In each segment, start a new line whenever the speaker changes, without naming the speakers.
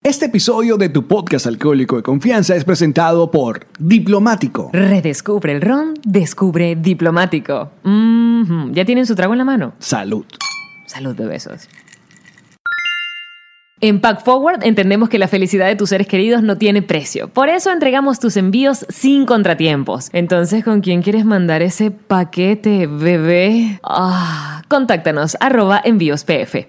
Este episodio de tu podcast alcohólico de confianza es presentado por Diplomático.
Redescubre el ron, descubre diplomático. Mhm, Ya tienen su trago en la mano.
Salud.
Salud de besos. En Pack Forward entendemos que la felicidad de tus seres queridos no tiene precio. Por eso entregamos tus envíos sin contratiempos. Entonces, ¿con quién quieres mandar ese paquete, bebé? Ah, contáctanos arroba envíos pf.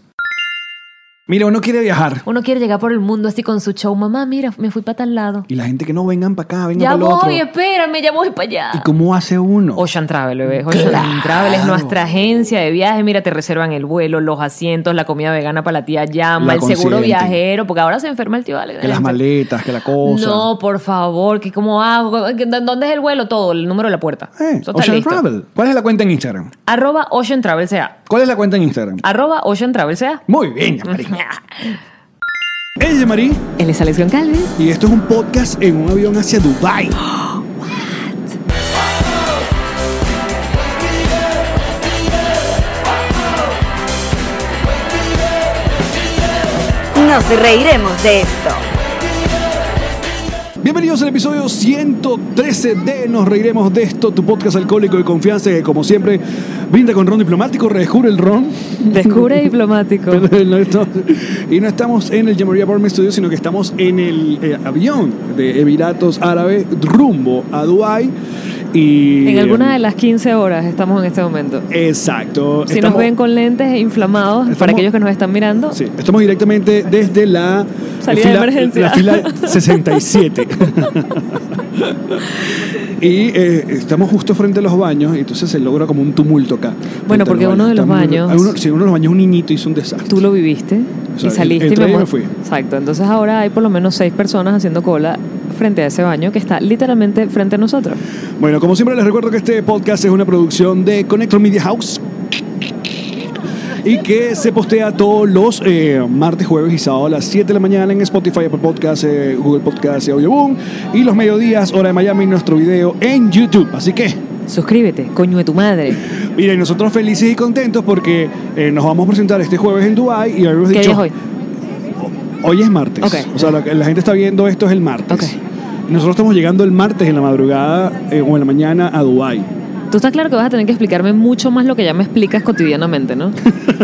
Mira, uno quiere viajar.
Uno quiere llegar por el mundo así con su show. Mamá, mira, me fui para tal lado.
Y la gente que no vengan para acá, vengan
Ya
para el
voy, eh,
otro.
espérame, ya voy para allá.
¿Y cómo hace uno?
Ocean Travel, bebé. Ocean
¡Claro!
Travel es nuestra agencia de viajes. Mira, te reservan el vuelo, los asientos, la comida vegana para la tía
La
Llama, el seguro
consienten.
viajero, porque ahora se enferma el tío Alex. ¿eh?
que las maletas, que la cosa.
No, por favor, que cómo hago, que- ¿dónde es el vuelo? Todo, el número de la puerta.
Eh,
Eso está
Ocean
listo.
Travel. ¿Cuál es la cuenta en Instagram?
Arroba Ocean Travel sea.
¿Cuál es la cuenta en Instagram?
Arroba Ocean Travel sea.
Muy bien, Yamari. Ella, Marí,
Él es Alex Goncalves.
y esto es un podcast en un avión hacia Dubai.
Nos reiremos de esto.
Bienvenidos al episodio 113 de Nos Reiremos de esto, tu podcast alcohólico de confianza que, como siempre, brinda con ron diplomático, redescubre el ron.
Descubre diplomático.
No estamos- y no estamos en el Yamaria Apartment Studio, sino que estamos en el eh, avión de Emiratos Árabes rumbo a Dubai. Y,
En alguna de las 15 horas estamos en este momento.
Exacto.
Si
Estamos-
nos ven con lentes e inflamados,
Estamos-
para aquellos que nos están mirando,
Sí, estamos directamente desde la
Salida de emergencia.
la fila 67. y eh, estamos justo frente a los baños y entonces se logra como un tumulto acá. Frente a
porque uno de los
Está muy-
baños-
hay uno- sí, uno de los baños un niñito hizo un desastre.
tú lo viviste
O sea,
y saliste
entré y
mi amor.
me fui.
Exacto. Entonces ahora hay por lo menos seis personas haciendo cola frente a ese baño que está literalmente frente a nosotros.
Bueno, como siempre les recuerdo que este podcast es una producción de Connector Media House y que se postea todos los eh, martes, jueves y sábado a las 7 de la mañana en Spotify, Apple Podcasts, eh, Google Podcasts y Audioboom y los mediodías, hora de Miami, nuestro video en YouTube. Así que,
Suscríbete, coño de tu madre.
miren, nosotros felices y contentos porque eh, nos vamos a presentar este jueves en Dubai y habíamos
¿Qué día
dicho...
es hoy?
Hoy es martes.
Ok.
O sea, la, la gente está viendo esto es el martes.
Ok.
Nosotros estamos llegando el martes en la madrugada eh, o en la mañana a Dubai.
Tú estás claro que vas a tener que explicarme mucho más lo que ya me explicas cotidianamente, ¿no?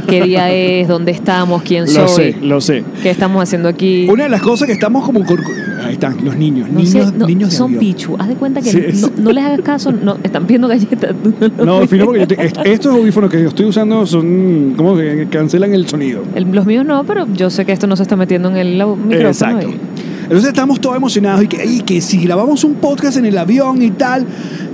¿Qué día es? ¿Dónde estamos? ¿Quién
Lo
soy?
sé, lo sé.
¿Qué estamos haciendo aquí?
Una de las cosas que estamos como... cor- Ahí están, los niños.
No
niños,
sé, no,
niños de
son
avión.
pichu. Haz de cuenta que
Sí,
no,
es-
no les hagas caso, no, están pidiendo galletas. tú no lo
No, al
ves.
final porque yo te- est- estos audífonos que yo estoy usando son como que cancelan el sonido.
El- los míos no, pero yo sé que esto no se está metiendo en el lau- micrófono.
Exacto.
y-
Entonces estamos todos emocionados y que, y que si grabamos un podcast en el avión y tal,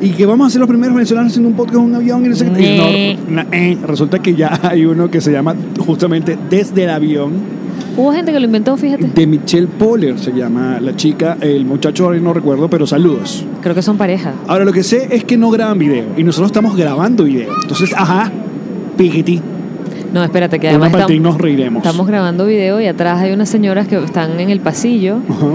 y que vamos a ser los primeros venezolanos haciendo un podcast en un avión y no sé qué. Y no,
Nee.
na- eh, resulta que ya hay uno que se llama justamente Desde el avión,
Hubo gente que lo inventó, fíjate.
de Michelle Poller se llama la chica, el muchacho ahora no recuerdo, pero saludos.
Creo que son pareja.
Ahora lo que sé es que no graban video y nosotros estamos grabando video. Entonces, ajá, piquiti,
No, espérate, que
de una
además
parte y
estamos,
nos reiremos.
estamos grabando video y atrás hay unas señoras que están en el pasillo,
Ajá.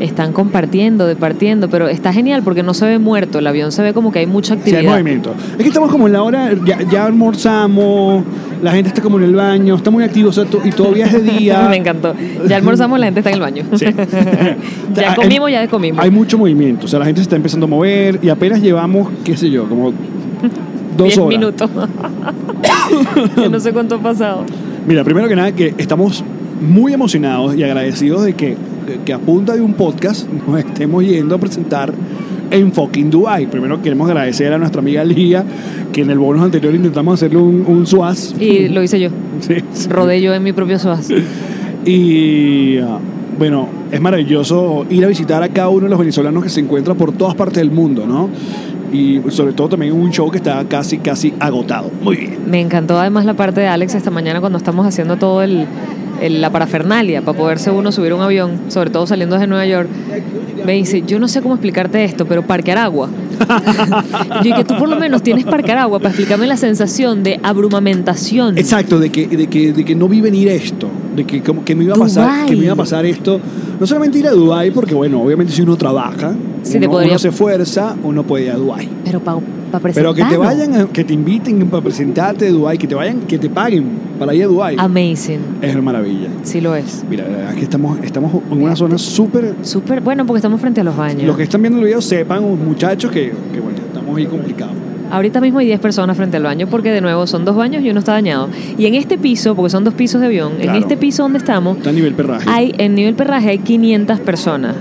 están compartiendo, departiendo, pero está genial porque no se ve muerto el avión, se ve como que hay mucha
Sí, hay
actividad.
movimiento. Es que estamos como en la hora, ya, ya almorzamos, la gente está como en el baño, está muy activo o sea, to- y todavía es de día.
Me encantó. Ya almorzamos, la gente está en el baño.
Sí. Ah,
ya
Hay-
comimos, ya comimos.
Hay mucho movimiento, o sea, la gente se está empezando a mover y apenas llevamos, qué sé yo, como dos
Diez
horas.
minutos. Yo no sé cuánto ha pasado.
Mira, primero que nada, que estamos muy emocionados y agradecidos de que, que a punta de un podcast nos estemos yendo a presentar en fucking Dubai. Primero queremos agradecer a nuestra amiga Lía, que en el bonus anterior intentamos hacerle un, un suaz.
Y lo hice yo.
Sí, sí.
Rodé yo en mi propio soaz.
Y ah, bueno, es maravilloso ir a visitar a cada uno de los venezolanos que se encuentran por todas partes del mundo, ¿no? Y sobre todo también un show que está casi, casi agotado. Muy bien.
Me encantó además la parte de Alex esta mañana cuando estamos haciendo todo el, el- la parafernalia para poderse uno subir a un avión, sobre todo saliendo desde Nueva York. Me dice, yo no sé cómo explicarte esto, pero parquear agua. yo dije, tú por lo menos tienes parquear agua para explicarme la sensación de abrumamentación.
Exacto, de que, de que, de que no vi venir esto, de que, como, que, me iba a pasar,
Dubái.
que me iba a pasar esto. No solamente ir a Dubái, porque bueno, obviamente si uno trabaja,
Sí, te
uno,
podría-
uno se esfuerza, uno puede ir a Dubái.
Pero para
Pero que te vayan, a- que te inviten para presentarte a Dubái, que te vayan, que te paguen para ir a Dubái,
Amazing.
es una maravilla.
Sí lo es.
Mira, la verdad es que estamos, estamos en una zona súper...
Súper bueno porque estamos frente a los baños.
Los que están viendo el video sepan, muchachos, que, que bueno, estamos ahí complicados.
Ahorita mismo hay 10 personas frente al baño porque de nuevo son dos baños y uno está dañado. Y en este piso, porque son dos pisos de avión,
Claro.
en este piso donde estamos,
Está a nivel perraje.
hay en nivel perraje hay 500 personas.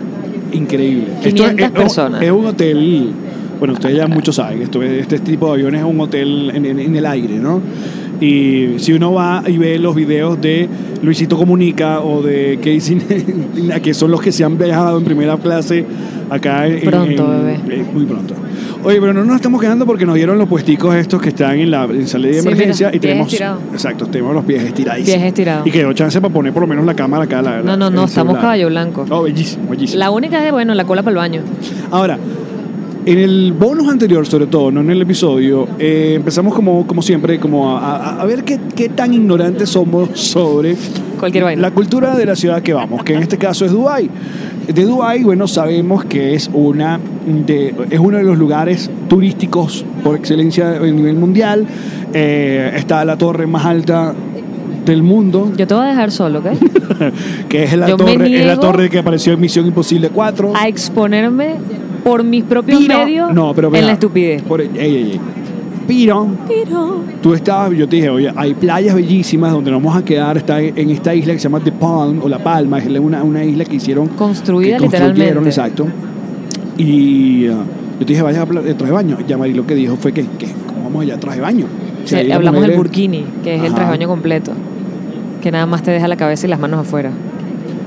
Increíble.
500 personas.
Es un hotel. Bueno, ustedes ya muchos saben, esto es- este tipo de aviones es un hotel en, en- en el aire, ¿no? Y si uno va y ve los videos de Luisito Comunica o de Casey, Neistat, que son los que se han viajado en primera clase acá en.
Pronto,
en-
bebé.
eh, muy pronto. Oye, pero no nos estamos quedando porque nos dieron los puesticos estos que están en la en salida de
Sí,
emergencia
mira,
y
pies
tenemos.
estirados.
Exacto, tenemos los pies estiradísimos.
Pies estirados.
Y quedó chance para poner por lo menos la cámara acá. La, la-
No, no, no,
el
estamos
celular.
caballo blanco.
Oh, bellísimo, bellísimo.
La única es, bueno, la cola para el baño.
Ahora, en el bonus anterior, sobre todo, no en el episodio, eh, empezamos como, como siempre, como a, a- a ver qué, qué tan ignorantes somos sobre
Cualquier vaina.
la cultura de la ciudad que vamos, que en este caso es Dubái. De Dubái, bueno, sabemos que es, una de, es uno de los lugares turísticos por excelencia a nivel mundial. Eh, está la torre más alta del mundo,
Yo te voy a dejar solo, ¿ok?
que es la,
Yo me
torre, es la
niego
torre que apareció en Misión Imposible 4.
A exponerme por mis propios
Piro.
medios
No, pero
en
mira,
la estupidez.
por- ey, ey, ey. Piro,
Pero
tú estabas, yo te dije, oye, hay playas bellísimas donde nos vamos a quedar, está en en esta isla que se llama The Palm o La Palma, es una, una isla que hicieron.
Construida
que construyeron,
literalmente. Eh,
exacto. Y ah, yo te dije, vaya a pla- de traje de baño. Y Mari lo que dijo fue que, que ¿cómo vamos allá a traje de baño?
o
Si
sea,
ahí las
hablamos del
mujeres-
burkini, que es el
Ajá.
traje de baño completo. Que nada más te deja la cabeza y las manos afuera.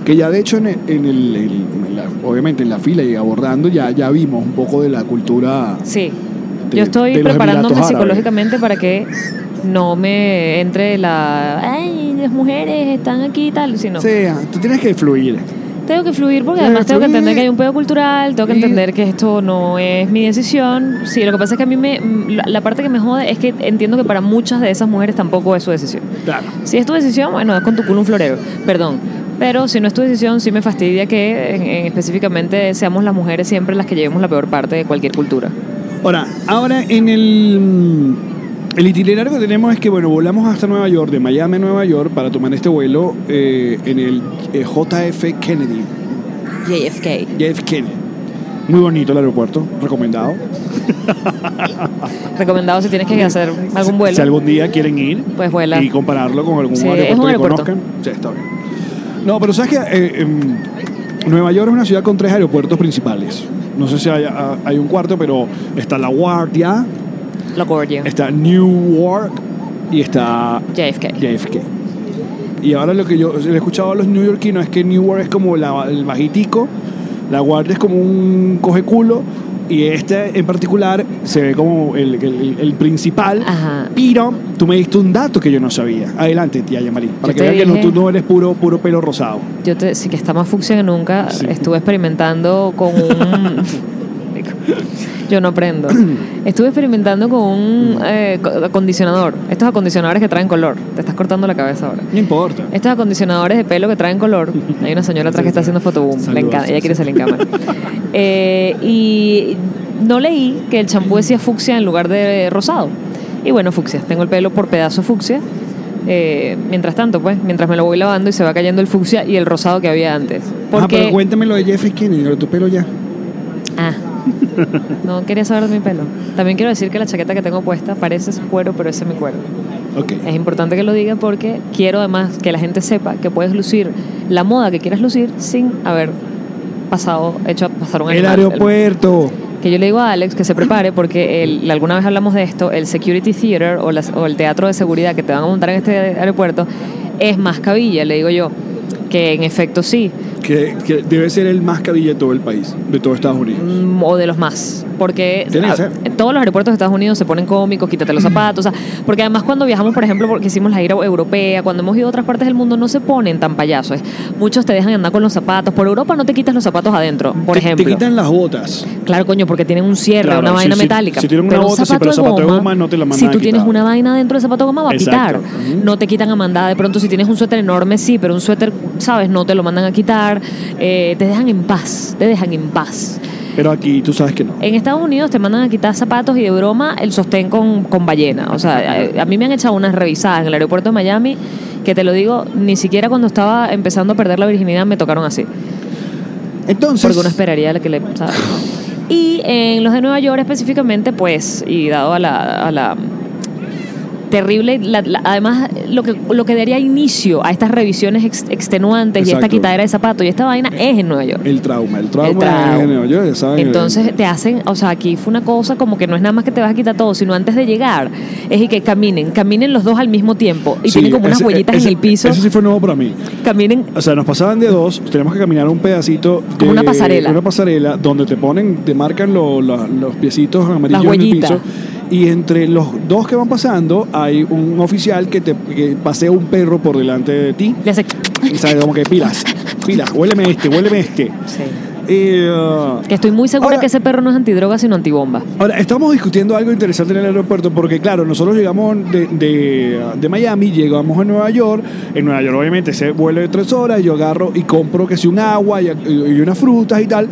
Que ya de hecho, en el, en el- en la- obviamente en la fila y abordando, ya, ya vimos un poco de la cultura.
Sí.
De-
Yo estoy
de los
preparándome
Emiratos Árabes.
psicológicamente para que no me entre la. Ay, las mujeres están aquí y tal. Sino,
Sí, ah, tú tienes que fluir.
Tengo que fluir porque
Tienes
además
que
tengo que
fluir.
entender que hay un pedo cultural, tengo que
Y-
entender que esto no es mi decisión. Sí, lo que pasa es que a mí me. La, la parte que me jode es que entiendo que para muchas de esas mujeres tampoco es su decisión.
Claro.
Si es tu decisión, bueno, es con tu culo un florero, perdón. Pero si no es tu decisión, sí me fastidia que en- en específicamente seamos las mujeres siempre las que llevemos la peor parte de cualquier cultura.
Ahora, ahora en el, mm, el itinerario que tenemos es que, bueno, volamos hasta Nueva York, de Miami a Nueva York, para tomar este vuelo eh, en el eh, JF Kennedy,
JFK.
JF Kennedy. Muy bonito el aeropuerto, recomendado.
Recomendado si tienes que hacer algún vuelo.
Si algún día quieren ir
Pues vuela.
y compararlo con algún
Sí,
aeropuerto
es un
que
aeropuerto.
conozcan, sí, está bien. No, pero sabes que eh, em, Nueva York es una ciudad con tres aeropuertos principales. No sé si hay, ah, hay un cuarto, pero está La Guardia,
Lo gordio.
está Newark y está
JFK.
JFK. Y ahora lo que yo le he escuchado a los neoyorquinos es que Newark es como la- el bajitico, la guardia es como un coge culo y este en particular se ve como el, el- el principal.
Ajá.
Pero tú me diste un dato que yo no sabía. Adelante, tía Yamari, para
Yo
que
te
vean que no,
dije-
tú no eres puro, puro pelo rosado.
Yo te, sí que está más fucsia que nunca.
Sí.
Estuve experimentando con un. Yo no aprendo. Estuve experimentando con un eh, co- acondicionador. Estos acondicionadores que traen color. Te estás cortando la cabeza ahora.
No importa.
Estos acondicionadores de pelo que traen color. Hay una señora atrás que está haciendo fotoboom. Le
Saludos.
encanta, ella quiere salir en cámara. Eh, y no leí que el champú decía fucsia en lugar de rosado. Y bueno, fucsia. Tengo el pelo por pedazo fucsia. Eh, mientras tanto, pues, mientras me lo voy lavando y se va cayendo el fucsia y el rosado que había antes.
Ah, pero
Porque.
cuéntame lo de Jeffrey Kennedy, lo de tu pelo ya.
Ah. No quería saber de mi pelo. También quiero decir que la chaqueta que tengo puesta parece cuero, pero ese es mi cuero.
Ok.
Es importante que lo diga porque quiero además que la gente sepa que puedes lucir la moda que quieras lucir sin haber pasado, hecho pasar un
El
animal.
aeropuerto.
que yo le digo a Alex que se prepare porque el- alguna vez hablamos de esto, el security theater o, las- o el teatro de seguridad que te van a montar en este aeropuerto es más cabilla, le digo yo, que en efecto sí,
Que, que debe ser el más cabilla de todo el país, de todo Estados Unidos.
Mm, o de los más. Porque
Tiene que
ah,
ser.
todos los aeropuertos de Estados Unidos se ponen cómicos, quítate
Mm.
los zapatos. o sea, porque además cuando viajamos, por ejemplo, porque hicimos la gira europea, cuando hemos ido a otras partes del mundo, no se ponen tan payasos. Muchos te dejan andar con los zapatos. Por Europa no te quitas los zapatos adentro, por
Te-
ejemplo.
Te quitan las botas.
Claro, coño, porque tienen un cierre,
Claro,
una
si-
vaina
si-
metálica.
si tienen una
pero un
bota, sí,
zapato,
pero
de,
zapato de
goma,
goma no te la
Si
mandan a
tú tienes
quitar.
una vaina dentro del zapato de goma, va a pitar.
Exacto. Ujú.
No te quitan a mandar. De pronto, si tienes un suéter enorme, sí, pero un suéter, ¿sabes? No te lo mandan a quitar. Eh, te dejan en paz. Te dejan en paz.
Pero aquí tú sabes que no.
En Estados Unidos te mandan a quitar zapatos y de broma el sostén con, con ballena. O sea, eh, a, a mí me han echado unas revisadas en el aeropuerto de Miami que te lo digo, ni siquiera cuando estaba empezando a perder la virginidad me tocaron así.
Entonces,
Porque uno esperaría la que le... ¿sabes? Y en los de Nueva York específicamente, pues, y dado a la... a la- Terrible, la- la- además lo que, lo que daría inicio a estas revisiones ex- extenuantes y esta
Exacto.
quitadera de zapatos y esta vaina es en Nueva York.
el trauma, el trauma,
El trago.
de Nueva York, ¿saben? eh.
Entonces te hacen, o sea, aquí fue una cosa como que no es nada más que te vas a quitar todo, sino antes de llegar, es y que caminen, caminen los dos al mismo tiempo. Y
Sí,
tienen como unas
ese-
huellitas
ese-
en el piso,
Eso sí fue nuevo para mí.
caminen
O sea, nos pasaban de dos, teníamos que caminar un pedacito de
Como una pasarela.
Una pasarela donde te ponen, te marcan lo- lo- los piecitos amarillos en el
huellitas.
piso. Y entre los dos que van pasando, hay un oficial que te que pasea un perro por delante de ti.
le hacen...
Y sabe como que pilas, pilas, huéleme este, huéleme este.
Sí.
Eh, ah,
Que estoy muy segura
Ahora-
que ese perro no es antidroga, sino antibomba.
Ahora, estamos discutiendo algo interesante en el aeropuerto porque, claro, nosotros llegamos de, de- de Miami, llegamos a Nueva York. En Nueva York, obviamente, se vuelo de tres horas. Yo agarro y compro que si un agua y, y unas frutas y tal.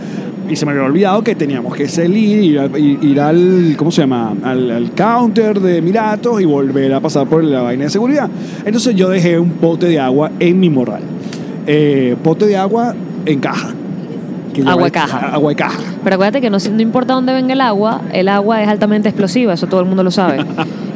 Y se me había olvidado que teníamos que salir, ir, al- ir- ir al, ¿cómo se llama? Al, al counter de Emiratos y volver a pasar por la vaina de seguridad. Entonces yo dejé un pote de agua en mi morral. Eh, pote de agua en caja. Que
Agua
llaman-
caja.
Agua de caja.
Pero acuérdate que no, no importa dónde venga el agua, el agua es altamente explosiva, eso todo el mundo lo sabe.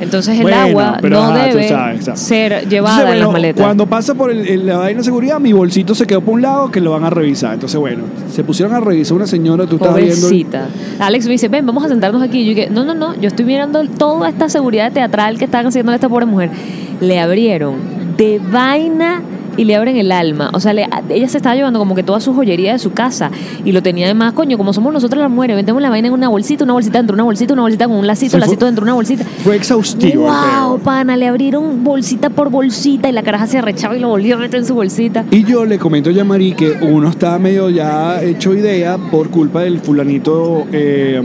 Entonces el
Bueno,
agua
pero
no
ajá, tú
debe
sabes, sabes.
ser llevada
Entonces,
en las
bueno,
maletas.
Cuando pasa por el- el- la vaina de seguridad, mi bolsito se quedó por un lado que lo van a revisar. Entonces, bueno, se pusieron a revisar una señora, tú estabas viendo. el-
Pobrecita. Alex me dice, ven, vamos a sentarnos aquí. Y yo dije, no, no, no, yo estoy mirando toda esta seguridad teatral que están haciendo a esta pobre mujer. Le abrieron de vaina y le abren el alma. O sea, le- ella se estaba llevando como que toda su joyería de su casa y lo tenía además, coño, como somos nosotras las mujeres, metemos la vaina en una bolsita, una bolsita dentro, una bolsita, una bolsita con un lacito,
Se
lacito
fue-
dentro, una bolsita.
Fue exhaustivo. el
wow,
peo.
pana, le abrieron bolsita por bolsita y la caraja se arrechaba y lo volvió a meter en su bolsita.
Y yo le comento a Yamari que uno está medio ya hecho idea por culpa del fulanito eh,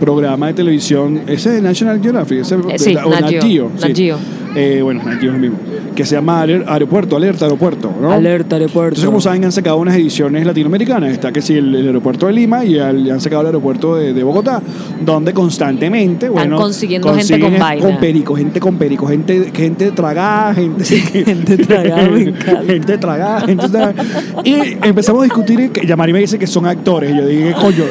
programa de televisión. Ese es de National Geographic. Ese,
Eh, sí,
o
Nat
Nat
Geo,
Geo,
Nat Geo.
Eh, bueno, Nat Geo es lo mismo. Que se llama Aler- Aeropuerto, Alerta Aeropuerto, ¿no?
Alerta, aeropuerto.
Entonces, como saben, han sacado unas ediciones latinoamericanas. Está que sí, el, el aeropuerto de Lima y, al- y han sacado el aeropuerto de, de Bogotá, donde constantemente, bueno,
consiguiendo gente
consiguen
con
es-
vaina.
Con perico, gente con perico, gente, gente tragada, gente,
gente tragada, me encanta.
gente tragada, gente tragada. Y empezamos a discutir y que- Yamari me dice que son actores. Y yo dije, coño,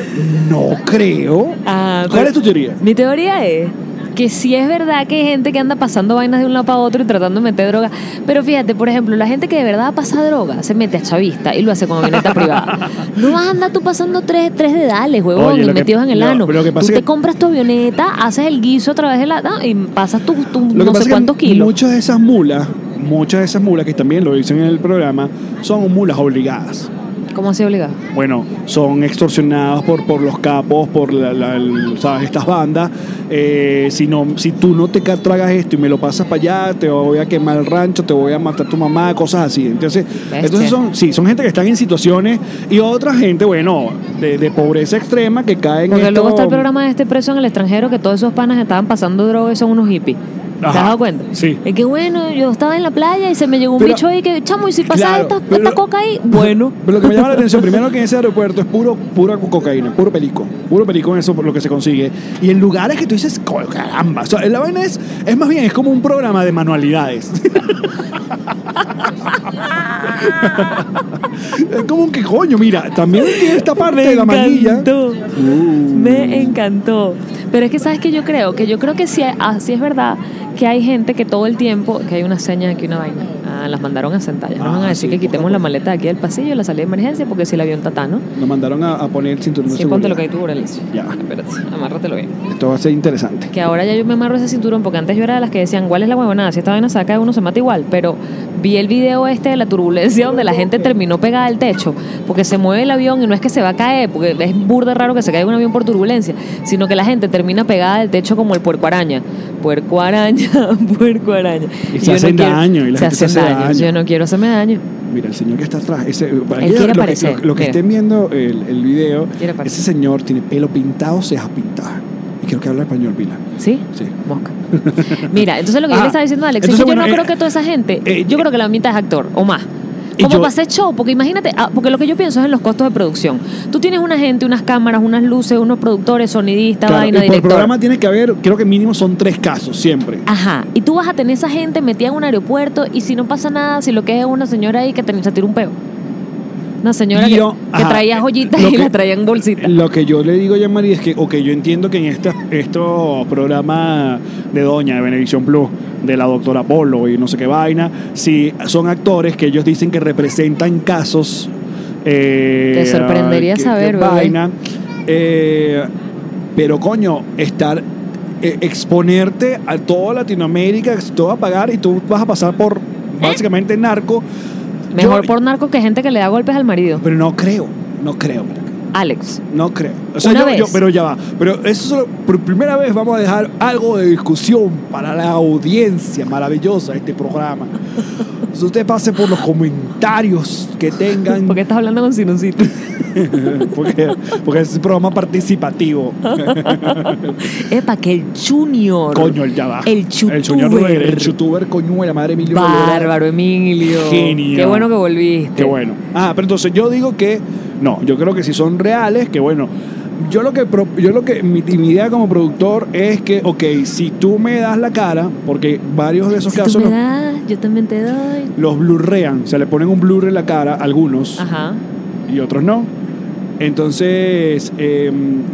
no creo.
Ah,
¿Cuál
pero-
es tu teoría?
Mi teoría es que sí es verdad que hay gente que anda pasando vainas de un lado para otro y tratando de meter droga. Pero fíjate, por ejemplo, la gente que de verdad pasa droga se mete a chavista y lo hace con avioneta privada. No anda tú pasando tres, tres dedales, huevón,
Oye,
y
lo que-
metidos en el
lo-
ano.
lo que pasa
tú
es
te
que-
compras tu avioneta, haces el guiso a través de la... no, y pasas tú,
Lo que
no
pasa
sé cuántos
es que
kilos.
muchas de esas mulas, muchas de esas mulas que también lo dicen en el programa, son mulas obligadas.
¿Cómo así obligado?
bueno, son extorsionados por, por los capos, por la- la- el- ¿sabes? estas bandas. Eh, si, no, si tú no te ca- tragas esto y me lo pasas para allá, te voy a quemar el rancho, te voy a matar tu mamá, cosas así. Entonces,
Bestia.
entonces son, sí, son gente que están en situaciones y otra gente, bueno, de, de pobreza extrema que caen en
Porque luego
esto-
está el programa de este preso en el extranjero que todos esos panas estaban pasando droga y son unos hippies. ¿Te has
Ajá,
dado cuenta?
sí.
Es que bueno, yo estaba en la playa y se me llegó un
Pero-
bicho ahí que, chamo, y si pasa
Claro,
esta,
pero-
esta coca ahí, bueno.
Pero lo que me llama la atención, primero que en ese aeropuerto es puro, pura cocaína, puro perico. Puro perico en eso por lo que se consigue. Y en lugares que tú dices, "Co- caramba. O sea, la vaina es, es más bien, es como un programa de manualidades. es como que coño, mira, también tiene esta parte de la manilla. Uh.
Me encantó. Pero es que sabes que ah, yo creo, que yo creo que sí, así es verdad que hay gente que todo el tiempo, que hay una seña aquí, una vaina. nada, las mandaron a Santalla.
Ah,
Nos van a
sí,
decir que
poco a
quitemos la maleta de aquí del pasillo, la salida de emergencia, porque si el avión tatá, ¿no?
Nos mandaron a, a poner el cinturón de
Sí, ponte lo que hay
seguridad.
tú, Aurelicio.
Ya.
Espérate, amárratelo bien.
Esto va a ser interesante.
Que ahora ya yo me amarro ese cinturón, porque antes yo era de las que decían, ¿cuál es la huevonada? Si esta vaina saca, uno se mata igual. Pero vi el video este de la turbulencia donde la gente terminó pegada al techo, porque se mueve el avión y no es que se va a caer, porque es burda raro que se caiga un avión por turbulencia, sino que la gente termina pegada al techo como el puerco araña. Puerco araña, puerco araña.
Y se hacen daño, y la
se
gente se
hacen
hace
daño.
daño.
Yo no quiero hacerme daño.
Mira, el señor que está atrás. Ese, eh, para
Él
aquellos-
quiere
lo que-
aparecer,
lo- lo que
mira.
estén viendo el, el video,
Quiere aparecer.
ese señor tiene pelo pintado, cejas pintadas. Y creo que habla español, Pila.
¿Sí?
Sí.
Mosca. Mira, entonces lo que yo
Ah,
le estaba diciendo a Alex
entonces,
es que yo
bueno,
no
eh,
creo que toda esa gente,
eh,
yo creo que la mitad es actor o más.
Y
Como
yo-
para hacer show, porque imagínate, ah, porque lo que yo pienso es en los costos de producción. Tú tienes una gente, unas cámaras, unas luces, unos productores, sonidistas,
Claro,
vaina,
y por
director.
programa tiene que haber, creo que mínimo son tres casos siempre.
Ajá, y tú vas a tener esa gente metida en un aeropuerto y si no pasa nada, si lo que es una señora ahí que te- se tira un peo. Una señora que,
Yo-
que
ajá, eh,
traía joyitas
lo
y
que-
la traía en bolsita.
Lo que yo le digo a María es que, ok, yo entiendo que en esta- estos programas de Doña, de Benevisión Plus, de la doctora Polo y no sé qué vaina, si son actores que ellos dicen que representan casos. eh,
Te sorprendería
que- que
saber, bebé.
vaina. Eh, pero coño, estar. eh, exponerte a toda Latinoamérica, todo a pagar y tú vas a pasar por básicamente narco.
Mejor
yo-
por narco que gente que le da golpes al marido.
Pero no creo, no creo. mira.
Alex.
No creo. O sea,
Una
yo-
vez.
yo- pero ya va. Pero eso solo- por primera vez vamos a dejar algo de discusión para la audiencia maravillosa de este programa. Si usted pase por los comentarios que tengan.
Porque estás hablando con sinusitis.
porque, porque es un programa participativo.
Epa, que el Junior.
Coño, el ya va.
El youtuber.
El señor Ruger, el youtuber, coño, de la madre Emilio. Valera.
Bárbaro, Emilio.
Genio.
Qué bueno que volviste.
Qué bueno. Ah, pero entonces yo digo que no, yo creo que si son reales, que bueno. Yo lo que pro- yo lo que mi, mi idea como productor es que, ok, si tú me das la cara, porque varios de esos
Si tú
casos
me
los,
das, yo también te doy.
los blurrean, se le ponen un blur en la cara algunos
Ajá.
y otros no. Entonces, eh,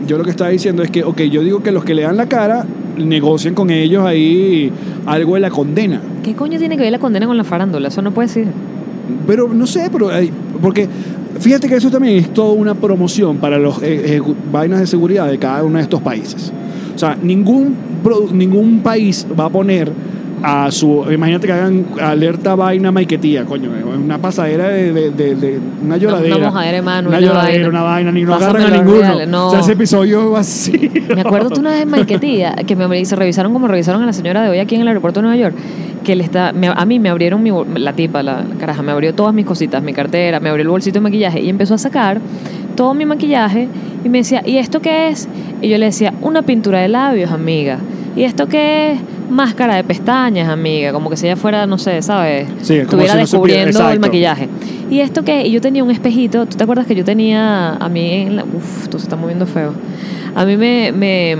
yo lo que estaba diciendo es que, ok, yo digo que los que le dan la cara negocian con ellos ahí algo de la condena.
¿Qué coño tiene que ver la condena con la farándula? Eso no puede ser.
Pero no sé, pero hay- porque fíjate que eso también es toda una promoción para los eh, ejecu- vainas de seguridad de cada uno de estos países. O sea, ningún produ- ningún país va a poner a su imagínate que hagan alerta vaina maiquetía, coño, eh, una pasadera de, de- de- de- una lloradera.
Una mojadera de mano,
Una,
una
lloradera,
vaina.
una vaina, ni lo
Pásamelo,
agarran a ninguno.
dale, no.
O sea, ese episodio va así.
Me acuerdo tú una vez en Maiquetía que me se revisaron como revisaron a la señora de hoy aquí en el aeropuerto de Nueva York. Que le está, me- a mí me abrieron mi, bol- la tipa, la, la caraja, me abrió todas mis cositas, mi cartera, me abrió el bolsito de maquillaje y empezó a sacar todo mi maquillaje y me decía, ¿y esto qué es? Y yo le decía, una pintura de labios, amiga. ¿Y esto qué es? Máscara de pestañas, amiga. Como que si ella fuera, no sé, ¿sabes?
Sí, como
Estuviera
si no supiera-
descubriendo el
exacto.
maquillaje. ¿Y esto qué? Y yo tenía un espejito. ¿Tú te acuerdas que yo tenía a mí en la... Uf, esto se está moviendo feo. A mí me, me,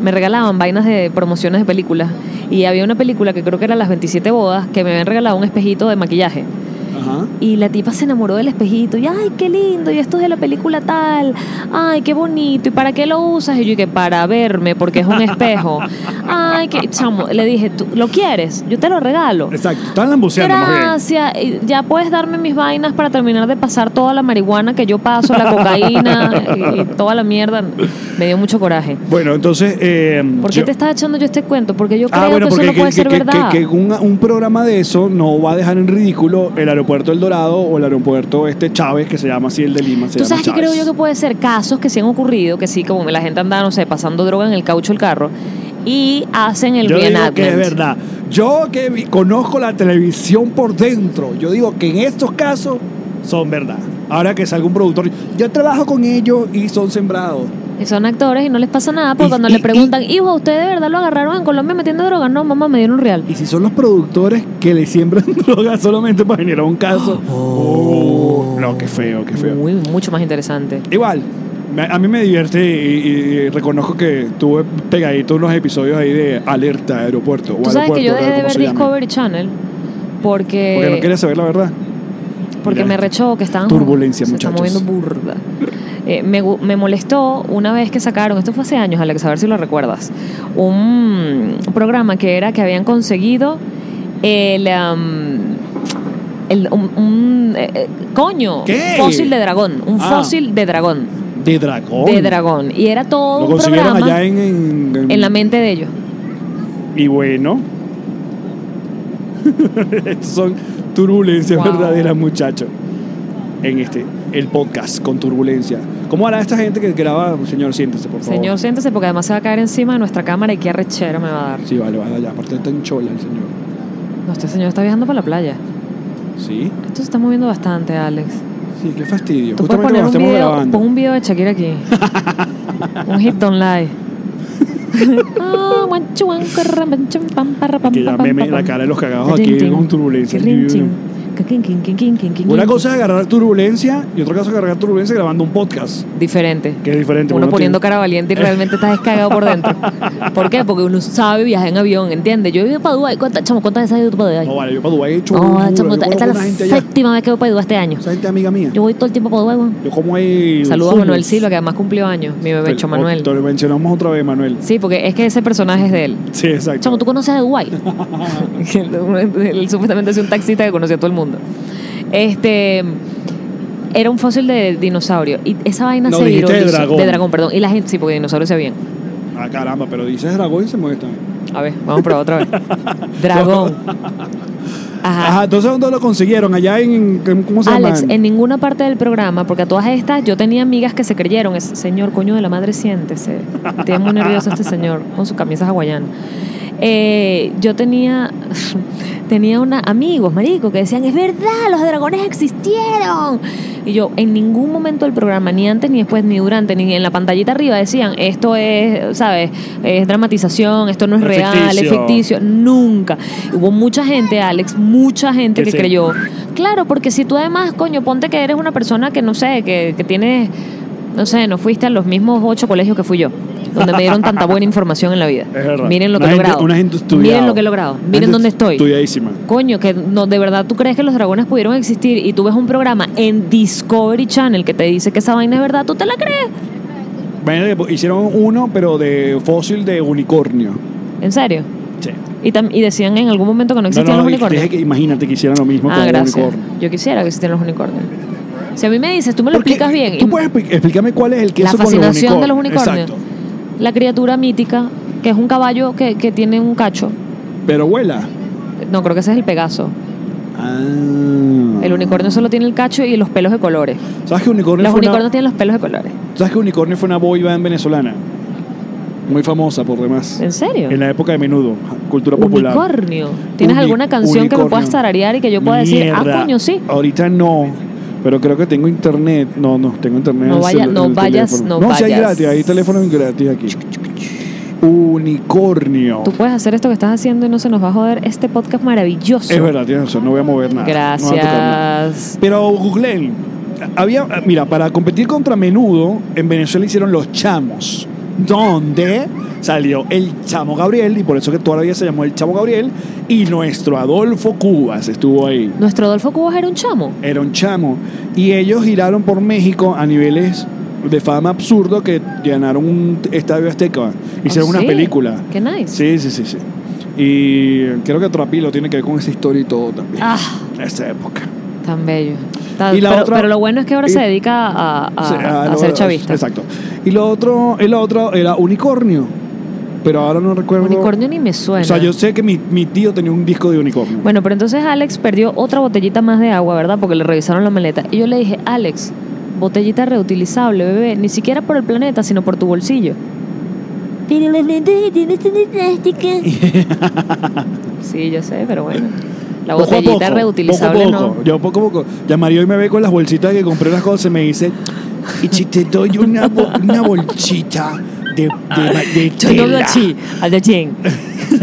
me regalaban vainas de promociones de películas. Y había una película que creo que era Las 27 Bodas que me habían regalado un espejito de maquillaje.
Ajá.
Y la tipa se enamoró del espejito. Y, ay, qué lindo. Y esto es de la película tal. Ay, qué bonito. ¿Y para qué lo usas? Y yo dije, para verme, porque es un espejo. Ay, qué chamo. Le dije, ¿Tú, ¿lo quieres? Yo te lo regalo.
Exacto, están lambuceando más bien.
Gracias. Y Ya puedes darme mis vainas para terminar de pasar toda la marihuana que yo paso, la cocaína y, y toda la mierda. Me dio mucho coraje.
Bueno, entonces eh,
¿Por qué
yo- Ah,
te estás echando yo este cuento? Porque yo creo que eso
porque
no puede ser
que-
verdad.
que- que un, un programa de eso no va a dejar en ridículo el aeropuerto El Dorado o el aeropuerto este Chávez, que se llama así el de Lima. Se
Tú
llama
sabes que creo
Chávez.
yo que puede ser casos que sí han ocurrido, que sí, como la gente anda, no sé, pasando droga en el caucho del carro y hacen el
Yo digo
reenactment.
que es verdad. Yo que vi- conozco la televisión por dentro, yo digo que en estos casos son verdad. Ahora que salga un productor, yo trabajo con ellos y son sembrados.
Y Son actores y no les pasa nada, porque
Y-
cuando
y-
le preguntan, hijo, ¿usted de verdad lo agarraron en Colombia metiendo droga? No, mamá, me dieron un real.
Y si son los productores que le siembran drogas solamente para generar un caso. Oh, no, qué feo, qué feo.
Muy, mucho más interesante.
Igual, me- a mí me divierte y, y- y reconozco que tuve pegadito unos episodios ahí de alerta aeropuerto. O
Tú sabes que yo
aeropuerto,
dejé de
¿cómo
ver
se llama?
Discovery Channel porque,
Porque no quería saber la verdad.
porque
Mira
me
esto.
rechó que estaban
Turbulencia,
se
muchachos.
está moviendo burda. Eh, me, gu- me molestó una vez que sacaron, esto fue hace años, Alex, a ver si lo recuerdas, un programa que era que habían conseguido el, am, el- un, un, eh, eh, coño,
¿Qué?
un fósil de dragón, un
Ah.
fósil de dragón,
De dragón.
de dragón. Y era todo
Lo
un
consiguieron
programa
allá en, en, en-
en la mente de ellos.
Y bueno. Estas son turbulencias
Wow.
verdaderas, muchachos. En este, el podcast con turbulencia. ¿Cómo hará esta gente que graba? Señor, siéntese, por favor.
Señor, siéntese porque además se va a caer encima de nuestra cámara y qué arrechera me va a dar.
Sí, vale, vale, ya. Aparte está en chola el señor.
No, este señor está viajando para la playa.
Sí,
Esto se está moviendo bastante, Alex.
sí, qué fastidio.
Tú puedes
Justamente cuando
poner un
estamos
video,
grabando.
pon un video de Shakira aquí. un hit don't lie. Ah, guan, chuan, corran, ban, chum, pam, parra, pam,
Que ya
pam, pam,
meme
pam,
la
pam.
cara de los cagados aquí
Rin, tin,
con turbulencia.
rin, chin, ca, quin, quin, quin, quin, quin, quin,
Una
quin.
cosa es agarrar turbulencia y otra cosa es agarrar turbulencia grabando un podcast,
Diferente.
que es diferente.
Uno
no
poniendo
tiene-
cara valiente y realmente está descagado por dentro. ¿Por qué? Porque uno sabe viajar en avión, ¿entiendes? Yo he ido para Dubái. ¿Cuántas, chamo, cuántas veces has ido para Dubái?
No, vale, yo para Dubái he hecho
No,
un-
chamo,
yo
esta esta
conozco
es la
una gente allá.
séptima vez que voy para Dubái este año.
Esa gente es amiga mía.
Yo voy todo el tiempo para Dubái, weón.
Yo como ahí...
Saludos a
fútbol.
Manuel Silva, que además cumplió años, mi bebé
Te-
Cho
o- Te
Manuel.
lo mencionamos otra vez, Manuel.
Sí, porque es que ese personaje es de él.
Sí, exacto.
Chamo, ¿tú conoces a Dubái? él, él supuestamente es un taxista que conoció a todo el mundo. Este. Era un fósil de dinosaurio. Y esa vaina
No,
se
dijiste de
viralizó.
dragón.
perdón. Y la gente, sí, porque dinosaurios se bien.
Ah, caramba, pero dices dragón y se molestan.
A ver, vamos a probar otra vez. Dragón.
Ajá.
Ajá.
entonces ¿dónde lo consiguieron? Allá en... en- ¿Cómo se llama?
Ah. Alex, en ninguna parte del programa, porque a todas estas yo tenía amigas que se creyeron, es, señor, coño de la madre, siéntese. Tiene muy nervioso este señor con su camisa hawaiana. Eh, yo tenía, tenía una, amigos, marico, que decían, es verdad, los dragones existieron. Y yo, en ningún momento del programa, ni antes, ni después, ni durante, ni en la pantallita arriba, decían, esto es, ¿sabes? Es dramatización, esto no es
Es
real, es
ficticio.
ficticio juicio, nunca. Hubo mucha gente, Alex, mucha gente
Que
que
sí.
creyó. Claro, porque si tú además, coño, ponte que eres una persona que no sé, que, que tienes, no sé, no fuiste a los mismos ocho colegios que fui yo, donde me dieron tanta buena información en la vida.
Es verdad.
Miren lo
Una
que he
gente-
logrado.
Una gente estudiada.
Miren lo que he logrado.
Una
Miren
gente
dónde estoy.
Estudiadísima.
Coño, que no, de verdad tú crees que los dragones pudieron existir y tú ves un programa en Discovery Channel que te dice que esa vaina es verdad, ¿tú te la crees?
Bueno, pues, hicieron uno, pero de fósil de unicornio.
¿En serio?
Sí.
Y, tam- y decían en algún momento que no existían los
dije-
unicornios.
dije que imagínate que hicieran lo mismo con
Ah,
un
gracias.
unicornio.
Yo quisiera que existieran los unicornios. Si a mí me dices, tú me lo
Porque
explicas bien.
Tú puedes expli- explicarme cuál es el
la
queso con
fascinación de los unicornios.
Exacto.
La criatura mítica, que es un caballo que, que tiene un cacho.
Pero vuela.
No, creo que ese es el Pegaso.
Ah.
El unicornio solo tiene el cacho y los pelos de colores.
¿Sabes que unicornio
Los
fue
unicornios
una,
tienen los pelos de colores.
¿Sabes que unicornio fue una boy band venezolana? Muy famosa por demás.
¿En serio?
En la época de menudo, cultura popular.
Unicornio. ¿Tienes
Uni-
alguna canción que me
unicornio.
puedas tararear y que yo pueda decir, ah,
Mierda.
coño, sí?
Ahorita no, pero creo que tengo internet. No, no, tengo internet.
No
en el
vaya-
celu-
no
en el
vayas,
teléfono.
no
No, si hay
vayas.
gratis, hay teléfono gratis aquí. Unicornio.
Tú puedes hacer esto que estás haciendo y no se nos va a joder este podcast maravilloso.
Es verdad, tienes razón, no voy a mover nada. no voy a tocar nada.
Gracias.
Pero googleen. Había, mira, para competir contra menudo, en Venezuela hicieron los chamos. Donde salió el chamo Gabriel, y por eso que todavía se llamó el chamo Gabriel, y nuestro Adolfo Cubas estuvo ahí.
Nuestro Adolfo Cubas era un chamo.
Era un chamo. Y ellos giraron por México a niveles de fama absurdo que llenaron un estadio azteca. Hicieron
Oh,
una
sí.
película.
Qué nice.
Sí, sí, sí, sí. Y creo que Trapilo tiene que ver con esa historia y todo también.
Ah,
Esa época.
tan bello. Ta-
Y la
pero,
otra-
pero lo bueno es que ahora
y-
se dedica a, a-
Sí,
a
ah, lo-
ser chavista.
Exacto. Y lo otro, el otro era unicornio. Pero ahora no recuerdo.
Unicornio ni me suena.
O sea, yo sé que mi, mi tío tenía un disco de unicornio.
Bueno, pero entonces Alex perdió otra botellita más de agua, ¿verdad? Porque le revisaron la maleta. Y yo le dije, Alex, botellita reutilizable, bebé, ni siquiera por el planeta, sino por tu bolsillo. Pero la planeta tiene de plástica. sí, yo sé, pero bueno. La
Poco a
botellita
poco,
reutilizable
poco a poco.
no.
Yo poco a poco. Ya Mario hoy me ve con las bolsitas que compré las cosas y me dice, y si te doy una, bo- una bolsita de, de, de
Yo no veo
tela.
así, al de Jen.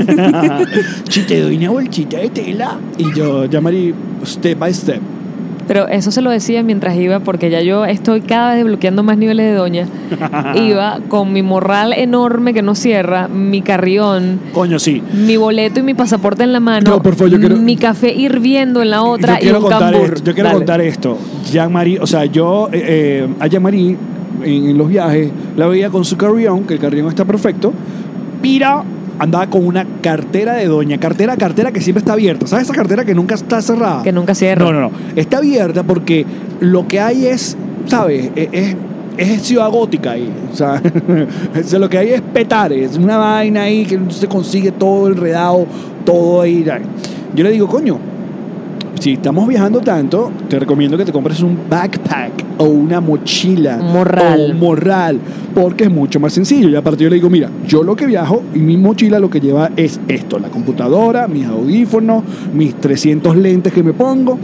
Si te doy una bolsita de tela. Y yo, ya Mario, step by step.
Pero eso se lo decía mientras iba, porque ya yo estoy cada vez desbloqueando más niveles de doña. iba con mi morral enorme que no cierra, mi carrión,
Coño, sí.
mi boleto y mi pasaporte en la mano,
No, por favor, yo quiero-
mi café hirviendo en la otra
yo quiero
y un
contar
cambur.
esto, yo quiero
Dale.
contar esto Jean-Marie o sea yo eh, eh, a Jean-Marie en, en los viajes la veía con su carrión que el carrión está perfecto pero andaba con una cartera de doña, cartera, cartera que siempre está abierta. ¿Sabes esa cartera que nunca está cerrada?
Que nunca cierra.
No, no, no. Está abierta porque lo que hay es, ¿sabes? E- Es, es ciudad gótica ahí. O sea, o sea, lo que hay es petares, una vaina ahí que se consigue todo enredado, todo ahí. Yo le digo, coño, si estamos viajando tanto, te recomiendo que te compres un backpack o una mochila.
Un morral.
O un morral, porque es mucho más sencillo. Y aparte yo le digo, mira, yo lo que viajo y mi mochila lo que lleva es esto, la computadora, mis audífonos, mis 300 lentes que me pongo,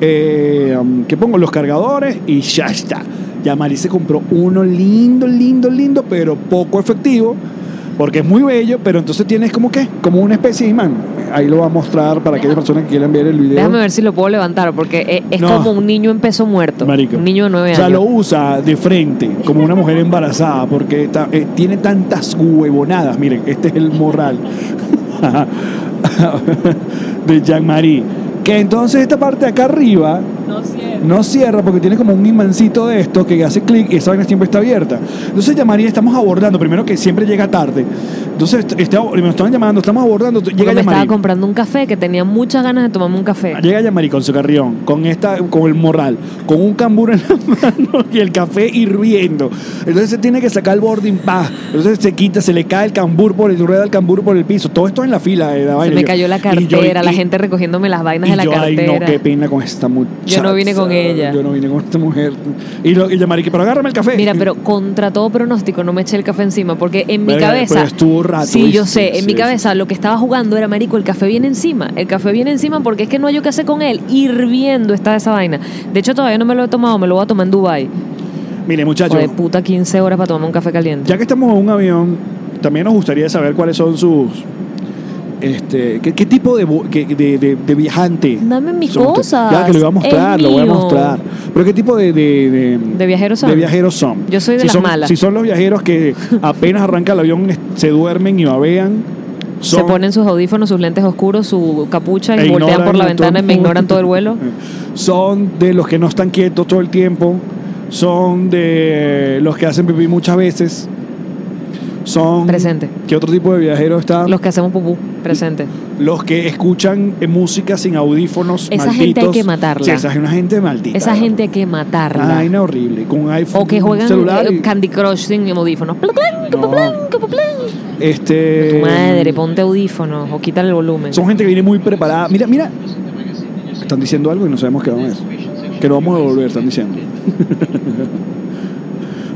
eh, um, que pongo los cargadores y ya está. Ya Mari se compró uno lindo, lindo, lindo, pero poco efectivo. Porque es muy bello, pero entonces tienes como que, como una especie de imán. Ahí lo va a mostrar para aquellas personas que quieran ver el video.
Déjame ver si lo puedo levantar, porque e- es
No.
como un niño en peso muerto.
Marico.
Un niño de nueve
O sea, lo
años.
usa de frente, como una mujer embarazada, porque ta- eh, tiene tantas huevonadas. Miren, este es el morral de Jean-Marie. Que entonces esta parte de acá arriba
No cierra.
no cierra porque tiene como un imancito de esto que hace clic y esa vaina siempre está abierta. Entonces llamaría, estamos abordando, primero que siempre llega tarde. Entonces est- este, me estaban llamando, estamos abordando, t- llega
me estaba
Yamari.
comprando un café, que tenía muchas ganas de tomarme un café.
Llega Yamari con su carrión, con esta, con el morral, con un camburo en la mano y el café hirviendo. Entonces se tiene que sacar el boarding pass. Entonces se quita, se le cae el cambur por el rueda del cambur por el piso. Todo esto en la fila de la
Se
vaina.
me
Yo-
cayó la
y
cartera,
yo-
la
y-
gente recogiéndome las vainas
y
de la
yo, ay,
cartera.
no, qué pena con esta muchacha.
Yo no vine con ella.
Yo no vine con esta mujer. Y, lo, y Yamari, que, pero agárrame el café.
Mira, pero contra todo pronóstico no me eché el café encima, porque en mi
Verga,
cabeza.
pero pues, estuvo rato,
Sí, yo
¿viste?
sé, en
Sí,
mi
sí.
cabeza lo que estaba jugando era marico, el café viene encima. El café viene encima porque es que no hay yo qué hacer con él. Hirviendo está esa vaina. De hecho, todavía no me lo he tomado, me lo voy a tomar en Dubai.
Mire, muchachos,
de puta 15 horas para tomar un café caliente.
ya que estamos en un avión, también nos gustaría saber cuáles son sus. Este, ¿qué, qué tipo de, vo- que- de, de- de viajante?
Dame mis
son ustedes?
cosas.
Ya que lo voy a
Es
mostrar, lo voy a
mío.
mostrar. Pero ¿qué tipo de. De, de-
¿De viajeros son?
de viajeros son.
Yo soy de
si
las
son,
malas.
Si son los viajeros que apenas arranca el avión, es- se duermen y babean.
Se
son-
ponen sus audífonos, sus lentes oscuros, su capucha
e
y voltean
ignoran
por la
a
ventana
todo
y me
el mundo.
ignoran todo el vuelo.
Son de los que no están quietos todo el tiempo. Son de los que hacen pipí muchas veces. Son.
Presente.
¿Qué otro tipo de viajero está?
Los que hacemos pupú, presente.
Los que escuchan eh, música sin audífonos.
Esa
malditos.
gente hay que matarla.
Sí, esa es una gente maldita.
Esa gente hay que matarla.
Una vaina horrible. Con un iPhone.
O que juegan
celular.
eh,
y-
Candy Crush sin audífonos. Plu, clan,
No.
cu, plan, cu, plan.
Este.
Tu madre, ponte audífonos o quítale el volumen.
Son gente que viene muy preparada. Mira, mira. Están diciendo algo y no sabemos qué vamos a Que lo vamos a devolver, están diciendo.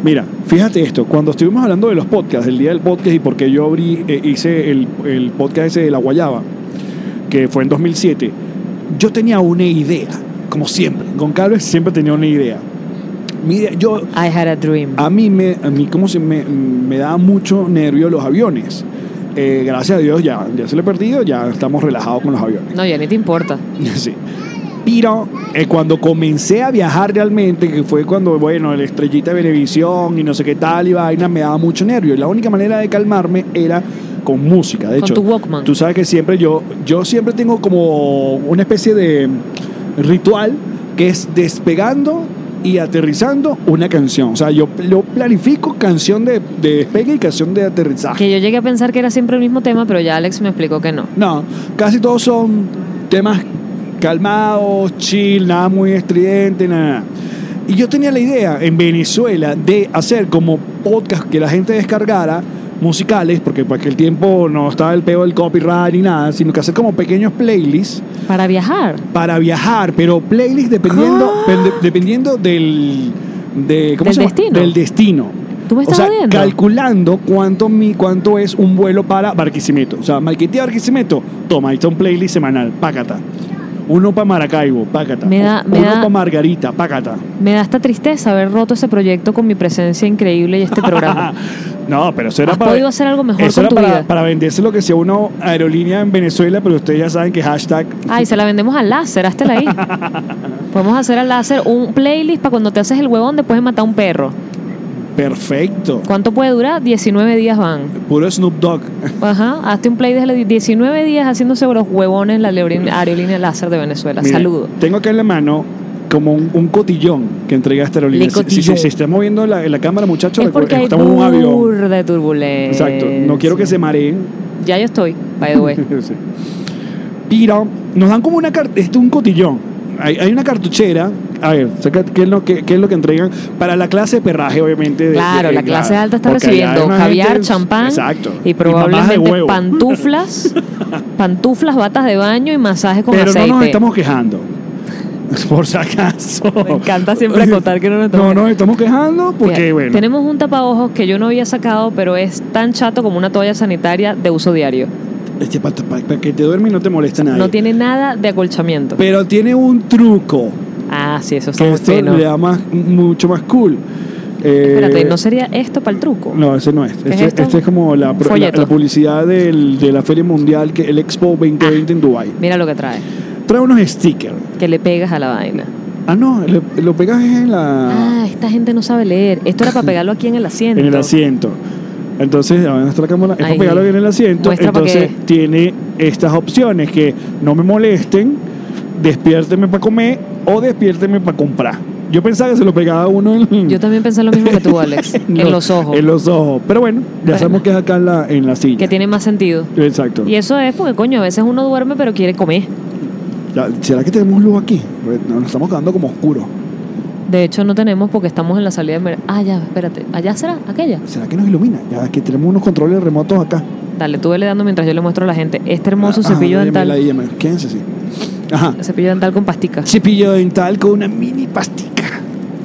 mira, fíjate esto. Cuando estuvimos hablando de los podcasts, el día del podcast y por qué yo abrí, eh, hice el, el podcast ese de La Guayaba, que fue en 2007, yo tenía una idea, como siempre. Con Carlos siempre tenía una idea. Mira, yo
I had a dream.
a mí me, a mí como si me, me da mucho nervio los aviones. Eh, gracias a Dios ya, ya se lo he perdido, ya estamos relajados con los aviones.
No, ya ni te importa.
Sí. Pero eh, cuando comencé a viajar realmente, que fue cuando, bueno, la estrellita de televisión y no sé qué tal y vaina, me daba mucho nervio. Y La única manera de calmarme era con música. De
Con
hecho,
tu Walkman.
tú sabes que siempre yo, yo siempre tengo como una especie de ritual que es despegando y aterrizando una canción. O sea, yo lo planifico canción de, de despegue y canción de aterrizaje.
Que yo llegué a pensar que era siempre el mismo tema, pero ya Alex me explicó que no.
No, casi todos son temas calmados, chill, nada muy estridente, nada. nada. Y yo tenía la idea en Venezuela de hacer como podcast que la gente descargara musicales, porque para aquel tiempo no estaba el peo del copyright ni nada, sino que hacer como pequeños playlists
Para viajar.
para viajar, pero playlists dependiendo, pende- dependiendo del, de- ¿cómo
Ah. Del
se llama?
destino.
del destino.
¿Tú me estás
o sea,
jodiendo?
calculando cuánto, mi, cuánto es un vuelo para Barquisimeto. O sea, Marquetía a Barquisimeto, toma, ahí está un playlist semanal, pácata. Uno para Maracaibo, pácata.
Me da- me
Uno
da-
para Margarita, pácata.
Me da esta tristeza haber roto ese proyecto con mi presencia increíble y este programa.
no, pero eso era
¿Has
para.
podido hacer algo mejor
eso
con
era
tu
para,
vida?
para venderse lo que sea una aerolínea en Venezuela, pero ustedes ya saben que hashtag.
Ay, se la vendemos al láser, háztela ahí. Podemos hacer al láser un playlist para cuando te haces el huevón después de matar a un perro.
Perfecto.
¿Cuánto puede durar? 19 días van.
Puro Snoop Dogg.
Ajá, hazte un playlist de 19 días haciéndose los huevones en la leorin- aerolínea láser de Venezuela.
Mire,
Saludo.
Tengo acá en la mano como un, un cotillón que entrega esta aerolínea.
Le
Si, si-
cotillón.
si está moviendo la, la cámara, muchachos,
Es porque hay
estamos en un avión.
burda de turbulencia.
Exacto. No quiero que se mareen.
Ya yo estoy, by the way.
Sí. Pira, nos dan como una carta, este un cotillón. Hay, hay una cartuchera, a ver, saca- ¿qué es, lo que, qué es lo que entregan? Para la clase de perraje, obviamente. de-
Claro,
de-
la
de-
clase alta está
porque allá
recibiendo
hay una
caviar,
gente-
champán
Exacto.
y
mamadas de
probablemente
huevo.
pantuflas, pantuflas, batas de baño y masajes con
Pero
aceite.
no nos estamos quejando. Por si acaso.
Me encanta siempre acotar que no nos estamos
No, nos estamos quejando porque,
Mira,
bueno.
Tenemos un tapaojos que yo no había sacado, pero es tan chato como una toalla sanitaria de uso diario.
Este, para, que te duerme y no te molesta nadie.
No tiene nada de acolchamiento.
Pero tiene un truco
Ah, sí, eso está
que
muy
esto
fino.
le da más, mucho más cool. Eh,
Espérate, ¿no sería esto para el truco?
No, ese no es.
es
Este,
esto?
este es como la, pro- la,
Folleto.
la publicidad del- de la Feria Mundial, que el Expo 2020 en Dubai.
Mira lo que trae,
Trae unos stickers.
que le pegas a la vaina.
Ah, no, le- lo pegas en la
Ah, esta gente no sabe leer. Esto era para pegarlo aquí en el asiento.
en el asiento. Entonces, ahora está la cámara. Es para
Ahí.
pegarlo en el asiento.
Muestra pa'
Entonces,
que-
tiene estas opciones que no me molesten, despiérteme para comer o despiérteme para comprar. Yo pensaba que se lo pegaba uno en,
Yo también pensé lo mismo que tú, Alex, en, los ojos,
En los ojos. Pero bueno, ya
Bueno.
sabemos que es acá en la, en la silla.
que tiene más sentido.
Exacto.
Y eso es porque, coño, a veces uno duerme pero quiere comer.
Ya, ¿Será que tenemos luz aquí? Porque Nos nos estamos quedando como oscuro.
De hecho, no tenemos porque estamos en la salida de... mer- Ah, ya, espérate. ¿Allá será? ¿Aquella?
¿Será que nos ilumina? Ya que tenemos unos controles remotos acá.
Dale, tú vele dando mientras yo le muestro a la gente este hermoso
Ah,
cepillo
ah,
dental.
llámela ahí, llámela. Quédense así. Ajá.
Cepillo dental con pasticas.
Cepillo dental con una mini pastica.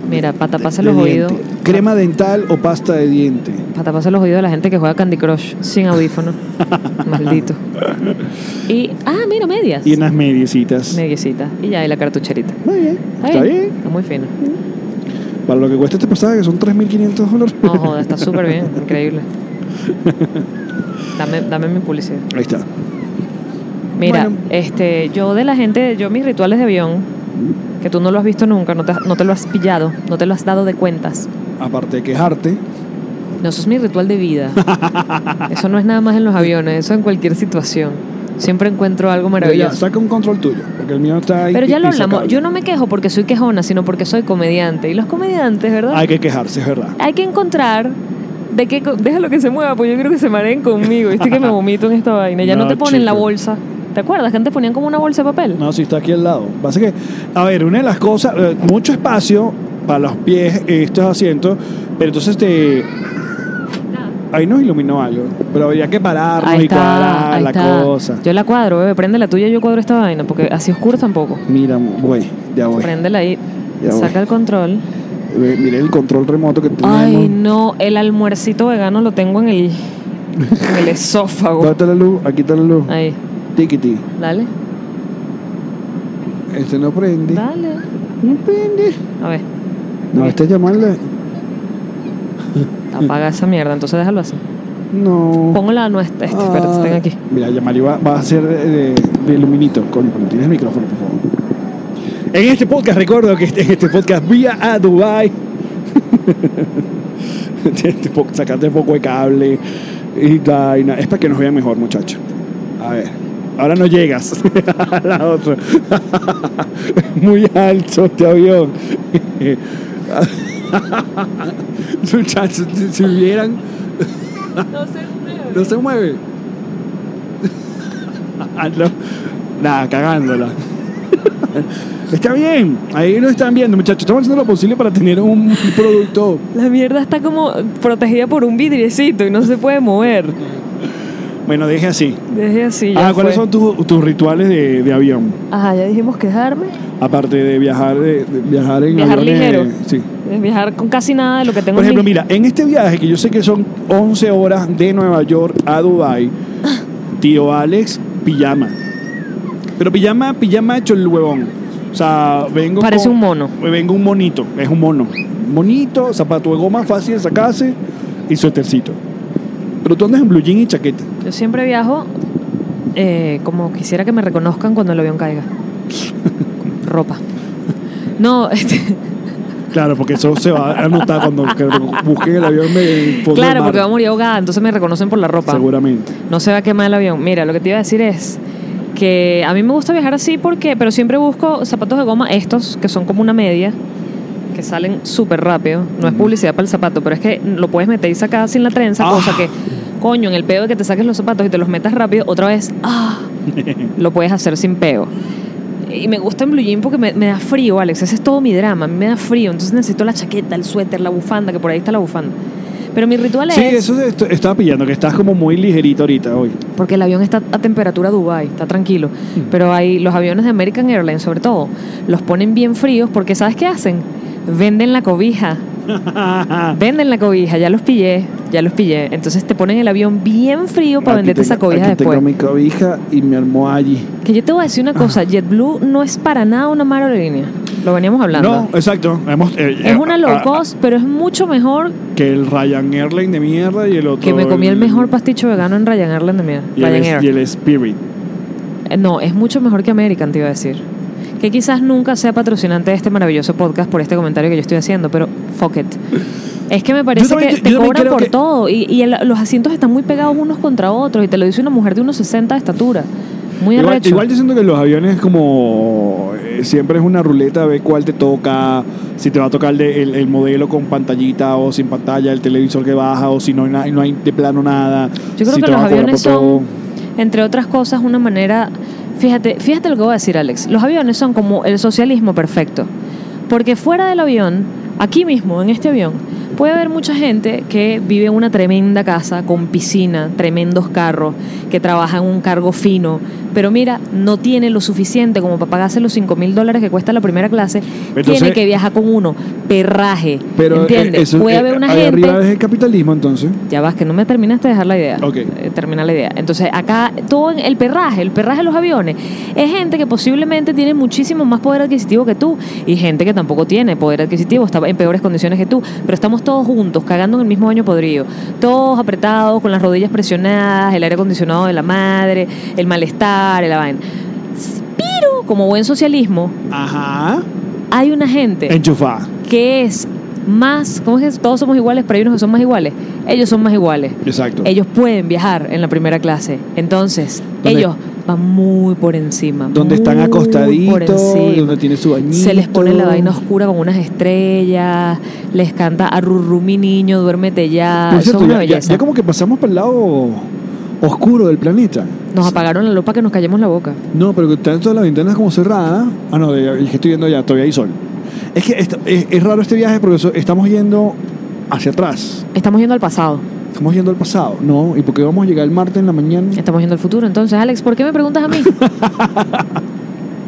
Mira, para taparse
de
los
diente.
oídos.
Crema dental o pasta de diente.
Para taparse los oídos de la gente que juega Candy Crush sin audífono. Maldito. Y, ah, mira, medias.
Y unas mediecitas.
Mediecitas. Y ya, y la cartucherita.
Muy bien.
Está,
Está
bien.
bien.
Está muy fino.
Para lo que cuesta este pasaje, que son 3.500 dólares.
No joda, está súper bien. Increíble. Dame, dame mi publicidad.
Ahí está.
Mira,
Bueno.
este, yo de la gente, yo mis rituales de avión, que tú no lo has visto nunca, no te, no te lo has pillado, no te lo has dado de cuentas.
Aparte de quejarte.
No, eso es mi ritual de vida. Eso no es nada más en los aviones, eso en cualquier situación. Siempre encuentro algo
Ya,
maravilloso.
saca un control tuyo. Porque el mío está ahí.
Pero ya lo
insacable.
hablamos, yo no me quejo porque soy quejona, sino porque soy comediante. Y los comediantes, ¿verdad?
Hay que quejarse, es verdad.
Hay que encontrar de qué... co- Déjalo que se mueva, pues yo creo que se mareen conmigo. Viste que me vomito en esta vaina. Ya no,
No,
te ponen la
chico.
bolsa. ¿Te acuerdas que antes ponían como una bolsa de papel?
No, si está aquí al lado. Pasa que, a ver, una de las cosas, eh, mucho espacio para los pies, estos asientos, pero entonces te. Ahí nos iluminó algo, pero habría que pararnos y cuadrar
ahí
la
está.
cosa.
Yo la cuadro, bebé. Prende la tuya, yo cuadro esta vaina, porque así oscuro tampoco.
Mira, güey, ya voy.
Préndela ahí.
Ya voy.
Saca el control.
Ve, Mira el control remoto que tenemos.
Ay, no, el almuercito vegano lo tengo en el, en el
¿Dónde
esófago.
está la luz? Aquí está la luz.
Ahí,
Tiquiti.
dale,
Este no prende.
dale.
No prende.
A ver,
No, este llamarle.
apaga esa mierda, entonces déjalo así.
No.
Pongo la nuestra. Este, espérate,
Ah,
tengo aquí.
Mira, Yamari va, va a ser de, de luminito. Coño, pero tienes el micrófono, por favor. En este podcast, recuerdo que este- en este podcast vía a Dubai. Este Sacarte poco de cable y vaina. Es para que nos vea mejor, muchacho. A ver. Ahora no llegas a la otra. Muy alto este avión. Muchachos, si- si vieran.
No se mueve.
No se mueve. Ah, no. Nada, cagándola. Está bien, ahí lo están viendo, muchachos. Estamos haciendo lo posible para tener un producto.
La mierda está como protegida por un vidriecito y no se puede mover.
Bueno, deje así.
Deje así. Ya
Ah, ¿cuáles
fue.
son tus, tus rituales de, de avión?
Ajá, ya dijimos quejarme.
Aparte de viajar, eh, de viajar en
Viajar
aviones,
ligero.
eh, sí.
Es viajar con casi nada de lo que tengo
Por
en
ejemplo,
mi-
mira, en este viaje que yo sé que son 11 horas de Nueva York a Dubai, tío Alex, pijama. Pero pijama, pijama hecho el huevón. O sea, vengo
Parece
con-
un mono.
Vengo un monito, es un mono. Monito, zapato de goma fácil de sacarse y suétercito. Pero tú andas en blue jean y chaqueta.
Yo siempre viajo eh, como quisiera que me reconozcan cuando el avión caiga. Con Ropa. No, este,
Claro, porque eso se va a notar cuando que busquen el avión de fondo del
claro,
mar,
porque va a morir ahogada, entonces me reconocen por la ropa.
Seguramente.
No se va a quemar el avión. Mira, lo que te iba a decir es que a mí me gusta viajar así porque, pero siempre busco zapatos de goma, estos que son como una media, que salen súper rápido. No es publicidad para el zapato, pero es que lo puedes meter y sacar sin la trenza,
Ah.
cosa que Coño, en el peo de que te saques los zapatos y te los metas rápido, otra vez, ah, lo puedes hacer sin peo. Y me gusta en blue jean porque me, me da frío, Alex. Ese es todo mi drama. A mí me da frío. Entonces necesito la chaqueta, el suéter, la bufanda, que por ahí está la bufanda. Pero mi ritual
Sí,
es...
eso es- esto- estaba pillando, que estás como muy ligerito ahorita hoy.
porque el avión está a temperatura Dubai, está tranquilo.
Mm.
Pero hay los aviones de American Airlines, sobre todo, los ponen bien fríos porque ¿sabes qué hacen? Venden la cobija. Venden la cobija, ya los pillé, ya los pillé. Entonces te ponen el avión bien frío para
Aquí
venderte esa
tengo-
cobija
aquí
después.
Tengo mi cobija y mi almohada allí.
Que yo te voy a decir una cosa, JetBlue no es para nada una mala aerolínea. Lo veníamos hablando.
No, exacto. Hemos, eh,
es una
eh,
low
ah,
cost, pero es mucho mejor
ah, que el Ryan Airline de mierda y el otro.
que me comí el mejor pasticho vegano en Ryanair. de mi-
y el,
Ryanair.
y el Spirit.
Eh, No, es mucho mejor que American, te iba a decir. Que quizás nunca sea patrocinante de este maravilloso podcast por este comentario que yo estoy haciendo, pero fuck it. Es que me parece
también-
que
yo
te
también
cobran
creo
por
que-
todo y, y el- los asientos están muy pegados unos contra otros y te lo dice una mujer de unos 60 de estatura. Muy
Igual,
arrecho.
igual yo siento que los aviones como eh, siempre es una ruleta, ve cuál te toca, si te va a tocar de- el, el modelo con pantallita o sin pantalla, el televisor que baja o si no hay, na- no hay de plano nada.
Yo creo
si
que
te
los
van a cobrar
aviones
por todo.
son, entre otras cosas, una manera. Fíjate, fíjate lo que voy a decir, Alex. Los aviones son como el socialismo perfecto. Porque fuera del avión, aquí mismo, en este avión, puede haber mucha gente que vive en una tremenda casa, con piscina, tremendos carros, que trabaja en un cargo fino, pero mira, no tiene lo suficiente como para pagarse los 5 mil dólares que cuesta la primera clase,
Entonces-
tiene que viajar con uno, perraje,
Pero
¿entiendes?
eh, eso-
puede
eh,
haber una
ahí
gente...
arriba es el capitalismo entonces.
Ya vas, que no me terminaste de dejar la idea.
Ok.
Eh, Termina la idea. Entonces, acá todo en el perraje, el perraje de los aviones, es gente que posiblemente tiene muchísimo más poder adquisitivo que tú y gente que tampoco tiene poder adquisitivo, está en peores condiciones que tú, pero estamos todos juntos, cagando en el mismo baño podrido, todos apretados, con las rodillas presionadas, el aire acondicionado de la madre, el malestar, el vaina. Pero, como buen socialismo,
Ajá.
hay una gente
Enchufada.
que es más, ¿cómo es que todos somos iguales, pero hay unos que son más iguales? Ellos son más iguales.
Exacto.
Ellos pueden viajar en la primera clase. Entonces,
¿Dónde-
ellos van muy por encima.
donde están
muy por
acostaditos,
encima.
donde tiene su bañito.
Se les pone la vaina oscura con unas estrellas, les canta a mi niño, duérmete ya.
Por
Eso
cierto,
es una
ya- ya,
belleza.
ya como que pasamos para el lado oscuro del planeta.
Nos apagaron la luz para que nos callemos la boca.
No, pero que están todas las ventanas como cerradas. Ah, no, de- es que estoy viendo ya, todavía hay sol. Es que esto- es, es raro este viaje porque so- estamos yendo hacia atrás.
Estamos yendo al pasado,
Estamos yendo al pasado, ¿no? ¿Y porque vamos a llegar el martes en la mañana?
estamos yendo al futuro. Entonces, Alex, ¿por qué me preguntas a mí?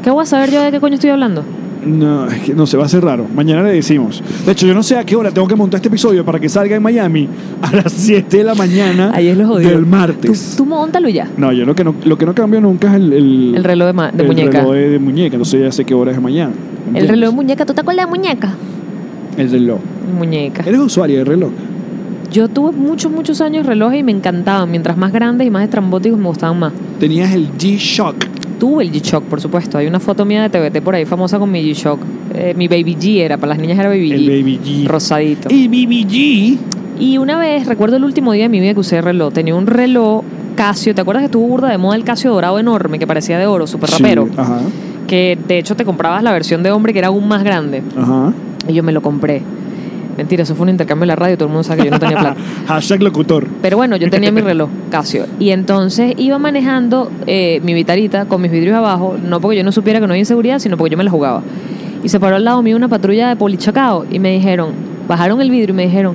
¿Qué voy a saber yo de qué coño estoy hablando?
No, es que no se va a hacer raro. Mañana le decimos. De hecho, yo no sé a qué hora tengo que montar este episodio para que salga en Miami a las 7 de la mañana
Ahí es lo jodido.
¿Ah? del
Tú,
martes.
tú montalo y ya.
No, yo lo que no, lo que no cambio nunca es el, el,
El reloj de, ma- de
el
muñeca.
reloj de, de muñeca. No sé ya sé qué hora es mañana.
El reloj de muñeca, ¿tú te acuerdas de muñeca?
El reloj.
Muñeca.
Eres usuario de reloj.
Yo tuve muchos, muchos años relojes y me encantaban. Mientras más grandes y más estrambóticos me gustaban más.
Tenías el G-Shock.
Tuve el G-Shock, por supuesto. Hay una foto mía de TVT por ahí famosa con mi G-Shock. Eh, mi Baby G era, para las niñas era Baby
El
G.
Baby G.
Rosadito.
Y BBG.
Y una vez, recuerdo el último día de mi vida que usé reloj. Tenía un reloj Casio. ¿Te acuerdas que estuvo burda de moda el Casio dorado enorme que parecía de oro,
Pues
súper rapero?
Sí, ajá,
Que de hecho te comprabas la versión de hombre que era aún más grande.
ajá.
Y yo me lo compré. Mentira, eso fue un intercambio en la radio. Todo el mundo sabe que yo no tenía plata.
Hashtag locutor.
Pero bueno, yo tenía mi reloj Casio. Y entonces iba manejando eh, mi vitarita con mis vidrios abajo, no porque yo no supiera que no había inseguridad, sino porque yo me la jugaba. Y se paró al lado mío una patrulla de polichacao y me dijeron, bajaron el vidrio y me dijeron,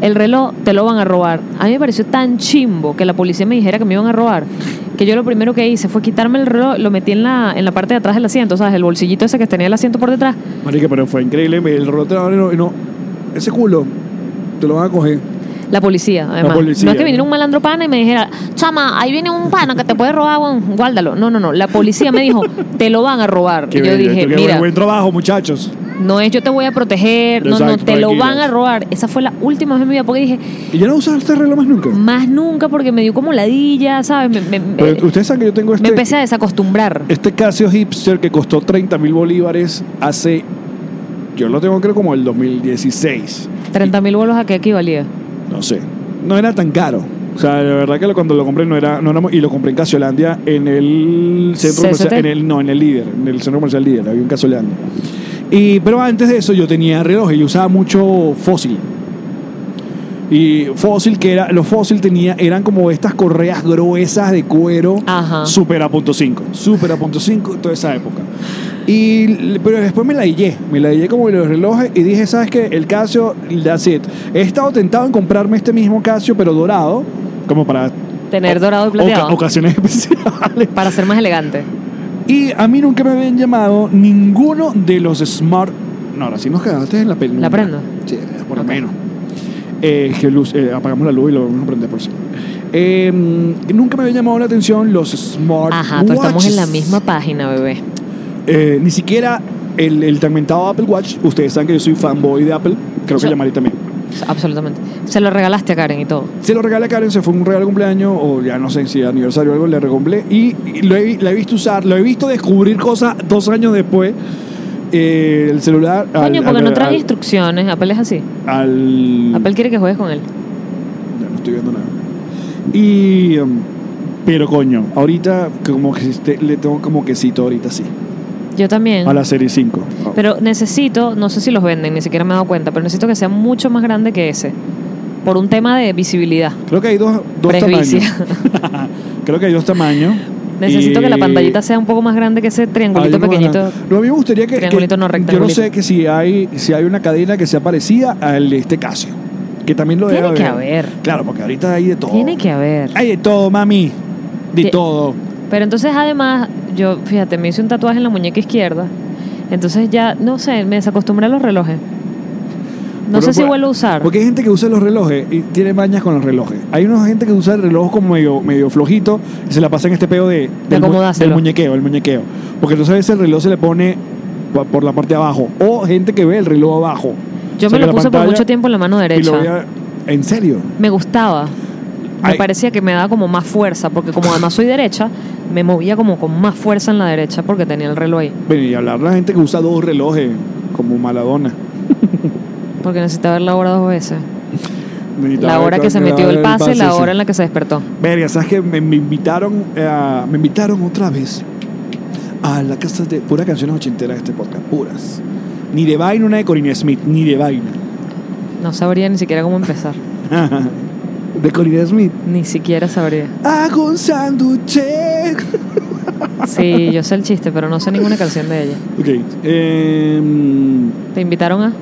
el reloj te lo van a robar. A mí me pareció tan chimbo que la policía me dijera que me iban a robar, que yo lo primero que hice fue quitarme el reloj, lo metí en la, en la parte de atrás del asiento, ¿sabes? El bolsillito ese que tenía el asiento por detrás.
Marica, pero fue increíble. El reloj te lo van a- y no. Ese culo te lo van a coger.
La policía, además.
policía,
no es que viniera
¿no?
un malandro pana y me dijera, chama, ahí viene un pana que te puede robar, weón, guárdalo. No, no, no. La policía me dijo, te lo van a robar.
Qué
y yo
bello,
dije,
esto, qué
mira,
buen trabajo, muchachos.
no es yo te voy a proteger, no, no,
Exacto,
te lo
tranquilos.
van a robar. Esa fue la última vez en mi vida porque dije,
¿Y ya no usas este reloj más nunca?
más nunca porque me dio como ladilla, ¿sabes? Me, me- me-
Pero ustedes saben que yo tengo
eh, me
este,
empecé a desacostumbrar.
este Casio hipster que costó 30 mil bolívares hace. Yo lo tengo creo como el 2016.
30 mil bolos a qué equivalía.
No sé. No era tan caro. O sea, la verdad que lo- cuando lo compré no era, no era mu- y lo compré en Casiolandia en el centro comercial,
CCT.
en el, no, en el líder, en el centro comercial líder, había un Casiolandia. Y, pero antes de eso yo tenía reloj y yo usaba mucho fósil. Y fósil, que era, los fósil tenía, eran como estas correas gruesas de cuero,
Ajá.
super a punto cinco, super a punto cinco, toda esa época. Y, l- pero después me la hillé, me la hillé como los relojes y dije, ¿sabes qué? El Casio, that's it. He estado tentado en comprarme este mismo Casio, pero dorado, como para
Tener dorado y
oca-
plateado.
ocasiones especiales.
Para ser más elegante.
Y a mí nunca me habían llamado ninguno de los smart. No, ahora sí nos quedaste en la penumbra.
¿La prendo?
Sí, por lo
Ok.
menos. Eh, que luz, eh, apagamos la luz y lo vamos a prender por si. Eh, nunca me habían llamado la atención los smart.
Ajá, pero estamos en la
watches.
misma página, bebé.
Eh, ni siquiera el, el segmentado Apple Watch. Ustedes saben que yo soy fanboy de Apple. Creo que
Yo-
llamaré también.
Absolutamente. Se lo regalaste a Karen y todo.
Se lo regalé a Karen, se fue un regalo de cumpleaños o ya no sé si aniversario o algo, le recomplé y, y lo he, la he visto usar, lo he visto descubrir cosas dos años después. eh, el celular. al-
Coño, porque
al-
no trae
al- Mm.
instrucciones. Apple es así.
al-
Apple quiere que juegues con él.
Ya no estoy viendo nada. Y. em, pero coño, ahorita como que este- le tengo como que cito ahorita sí.
Yo también.
A la serie 5.
Pero necesito, no sé si los venden, ni siquiera me he dado cuenta, pero necesito que sea mucho más grande que ese. Por un tema de visibilidad.
Creo que hay dos, dos
Presbicia.
tamaños. Creo que hay dos tamaños.
Necesito que la
Y-
pantallita sea un poco más grande que ese triangulito
Ay, no,
pequeñito.
no. No, a mí me gustaría que.
Triangulito,
que-
no,
yo no
rectangulito.
sé que si hay, si hay una cadena que sea parecida al de este Casio. Que también lo debe
Tiene que haber.
Claro, porque ahorita hay de todo.
Tiene que haber.
Hay de todo, mami. De
Ti-
todo.
Pero entonces además, yo, fíjate, me hice un tatuaje en la muñeca izquierda. Entonces ya, no sé, me desacostumbré a los relojes. No
Pero
sé si
por-
vuelvo a usar.
Porque hay gente que usa los relojes y tiene mañas con los relojes. Hay una gente que usa el reloj como medio, medio flojito y se la pasa en este pedo de, del, mu-
acomodárselo.
del muñequeo, el muñequeo. Porque entonces a veces el reloj se le pone pa- por la parte de abajo. O gente que ve el reloj abajo.
Yo
O sea,
me
que
lo
la
puse por
pantalla-
mucho tiempo en la mano
Y lo
derecha.
veía- ¿En serio?
Me gustaba. Me
Ay.
parecía que me daba como más fuerza, porque como además soy derecha, me movía como con más fuerza en la derecha porque tenía el reloj ahí.
Bueno, y hablar la gente que usa dos relojes, como Maradona.
Porque necesitaba ver la hora dos veces.
Necesitaba
La hora
ver-
que se metió el pase, la
sí.
hora en la que se despertó.
Verga, ¿sabes qué? Me, me invitaron eh, me invitaron otra vez a la casa de puras canciones ochenteras de este podcast, puras. Ni de vaina una de Corinne Smith, ni de vaina.
No sabría ni siquiera cómo empezar.
de Corinne Smith.
Ni siquiera sabría.
Hago un sándwich.
Sí, yo sé el chiste, pero no sé ninguna canción de ella.
Ok. em,
¿Te invitaron a?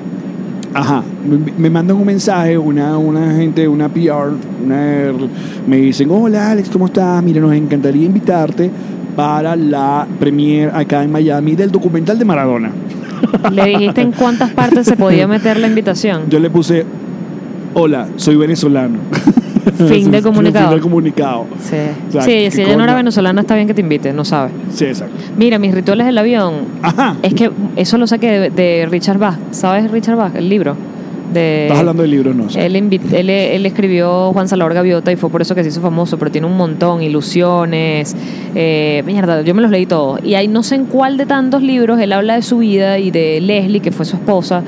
Ajá, me, me mandan un mensaje, una, una gente, una PR, una, me dicen, hola Alex, ¿cómo estás? Mira, nos encantaría invitarte para la premiere acá en Miami del documental de Maradona.
¿Le dijiste en cuántas partes se podía meter la invitación?
Yo le puse, hola, soy venezolano.
Fin de
Fin
comunicado.
del comunicado.
Sí,
sea,
sí
¿qué
si ella no era
coño?
venezolana, está bien que te invite, no sabe.
Sí, exacto.
Mira, mis rituales del avión.
Ajá,
Es que eso lo saqué de, de Richard Bach. ¿Sabes Richard Bach? El libro. De,
estás hablando de libros, no.
Él, invi- él, él escribió Juan Salvador Gaviota y fue por eso que se hizo famoso, pero tiene un montón, ilusiones, eh, mierda, yo me los leí todos. Y ahí no sé en cuál de tantos libros él habla de su vida y de Leslie, que fue su esposa,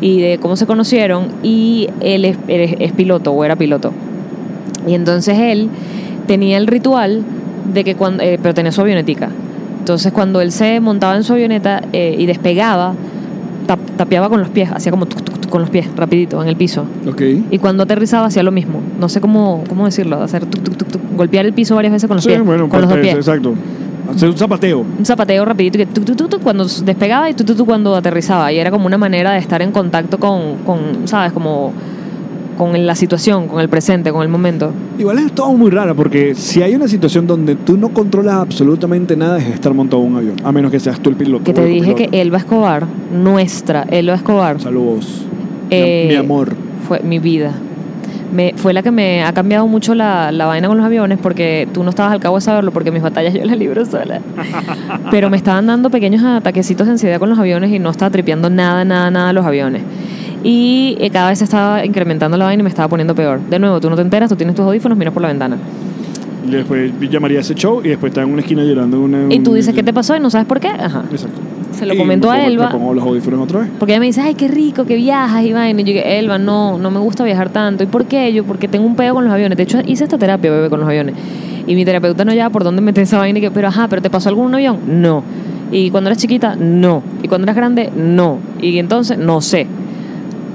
y de cómo se conocieron, y él es, él es- es piloto o era piloto. Y entonces él tenía el ritual de que cuando, eh, pero tenía su avionetica. Entonces cuando él se montaba en su avioneta eh, y despegaba, tap- tapeaba con los pies, hacía como tuc, tuc, tuc con los pies, rapidito, en el piso.
Ok.
Y cuando aterrizaba hacía lo mismo. No sé cómo, cómo decirlo. Hacer tuc, tuc, tuc, tuc, golpear el piso varias veces con los
Sí,
pies.
bueno,
con los dos
pues,
pies.
exacto. Hacer un zapateo.
Un zapateo rapidito que tuc, tuc, tuc, tuc, cuando s- despegaba y tuc, tuc, tuc, cuando aterrizaba. Y era como una manera de estar en contacto con, con, ¿sabes? Como con la situación, con el presente, con el momento.
Igual es todo muy raro porque si hay una situación donde tú no controlas absolutamente nada es estar montado en un avión, a menos que seas tú el piloto.
Que
o
te
el
dije que
copiloto.
Elba Escobar, nuestra Elba Escobar,
Saludos. Mi-
Eh,
mi amor.
fue mi vida. Me, fue la que me ha cambiado mucho la, la vaina con los aviones porque tú no estabas al cabo de saberlo porque mis batallas yo las libro sola. Pero me estaban dando pequeños ataquecitos de ansiedad con los aviones y no estaba tripeando nada, nada, nada los aviones. Y eh, cada vez se estaba incrementando la vaina y me estaba poniendo peor. De nuevo, tú no te enteras, tú tienes tus audífonos, miras por la ventana.
Y Después llamaría a ese show y después está en una esquina llorando. Una,
Y tú dices, ¿qué te pasó? Y no sabes por qué. Ajá.
Exacto.
Se lo
Y
comentó
me
a
pongo-
Elba.
Me pongo los audífonos otra vez.
Porque ella me dice, ay, qué rico que viajas, Iván. Y yo dije, Elba, no, no me gusta viajar tanto. ¿Y por qué? Yo, porque tengo un pedo con los aviones. De hecho, hice esta terapia, bebé, con los aviones. Y mi terapeuta no lleva por dónde meter esa vaina. Y que, pero ajá, ¿pero te pasó algo en un avión? No. Y cuando eras chiquita, no. Y cuando eras grande, no. Y entonces, no sé.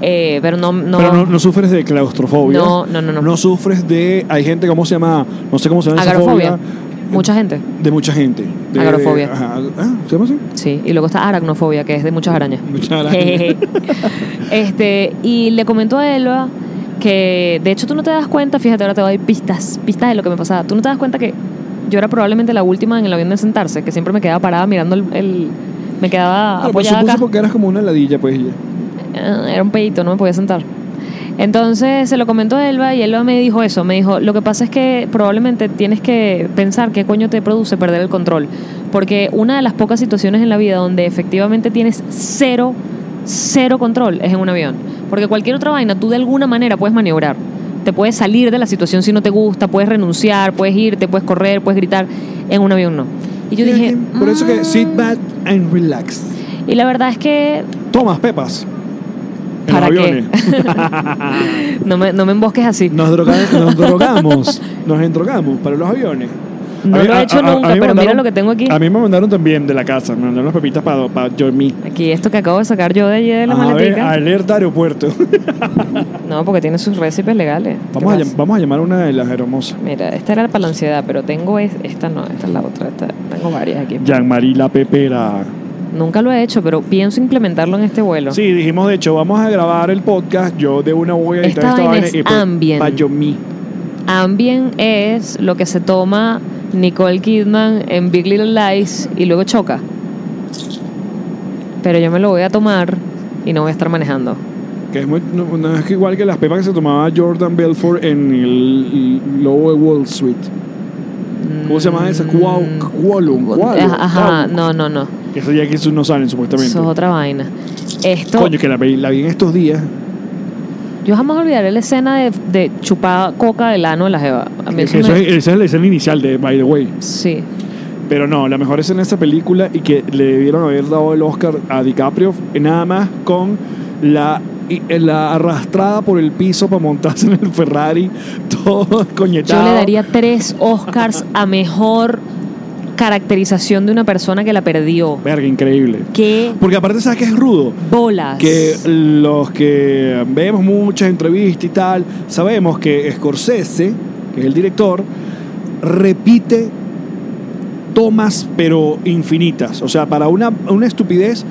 eh, pero no... no
Pero no, no sufres de claustrofobia.
No, no, no, no.
No sufres de. Hay gente, ¿cómo se llama? No sé cómo se llama esa
Agrofobia.
fobia.
Mucha gente.
De mucha gente. De-
Agrofobia.
ajá, ah, ¿Se llama así?
Sí, y luego está aracnofobia, que es de muchas arañas.
Muchas arañas.
este, y le comentó a Elba que, de hecho, tú no te das cuenta, fíjate, ahora te doy pistas, pistas de lo que me pasaba. Tú no te das cuenta que yo era probablemente la última en el avión de sentarse, que siempre me quedaba parada mirando el. el- me quedaba
Pero pues,
apoyada
supuse
Ah, acá.
porque eras como una ladilla, pues ella.
Eh, Era un pedito, no me podía sentar. Entonces se lo comentó a Elba y Elba me dijo eso, me dijo, lo que pasa es que probablemente tienes que pensar qué coño te produce perder el control, porque una de las pocas situaciones en la vida donde efectivamente tienes cero, cero control es en un avión, porque cualquier otra vaina tú de alguna manera puedes maniobrar, te puedes salir de la situación si no te gusta, puedes renunciar, puedes irte, puedes correr, puedes gritar, en un avión no. Y yo
Mira
dije,
aquí, Por eso que
"Mm".
sit back and relax.
Y la verdad es que
Tomas pepas. En
¿Para
los
qué?
aviones.
no me, no me embosques así.
Nos, droga- nos drogamos. Nos endrogamos para los aviones.
No
A mí-
lo he
a-
hecho
a- a- a mí
nunca,
me
pero mira
mandaron-
lo que tengo aquí.
A mí me mandaron también de la casa. Me mandaron las pepitas para, para Jormí.
Aquí, esto que acabo de sacar yo de allí de la
a ver,
maletica.
alerta aeropuerto.
No, porque tiene sus récipes legales. ¿Qué
Vamos a,
pasa?
llam- vamos a llamar a una de las hermosas.
Mira, esta era para la ansiedad, pero tengo es- esta no, esta es la otra. esta- tengo varias aquí.
Jean-Marie La Pepera.
Nunca lo he hecho, pero pienso implementarlo en este vuelo.
Sí, dijimos, de hecho, vamos a grabar el podcast. Yo de una voy a editar
Esta
esta
vaina
vaina
es
y pues,
ambient.
pa' Yomí.
Ambien es lo que se toma Nicole Kidman en Big Little Lies y luego choca. Pero yo me lo voy a tomar y no voy a estar manejando.
Que es muy- no, no es que igual que las pepas que se tomaba Jordan Belfort en el Lower Wall Street. ¿Cómo se llama esa? Cuau, Cuolum.
Mm. Ajá, ajá, no, no, no.
Eso ya que eso no salen supuestamente.
Eso es otra vaina. Esto.
Coño, que la, vi- la vi en estos días.
Yo jamás olvidaré la escena de, de chupar coca del ano de la Jeva. A mí
Que
eso
eso
me-
es- esa es la escena inicial de By the Way.
Sí.
Pero no, la mejor escena de esa película y que le debieron haber dado el Oscar a DiCaprio nada más con la, y- eh, la arrastrada por el piso para montarse en el Ferrari, todo
Yo
coñetado.
le daría tres Oscars a mejor caracterización de una persona que la perdió.
Verga, increíble.
¡Qué
Porque aparte, ¿sabes que es rudo?
bolas!
Que los que vemos muchas entrevistas y tal, sabemos que Scorsese, que es el director, repite tomas pero infinitas. O sea, para una, una estupidez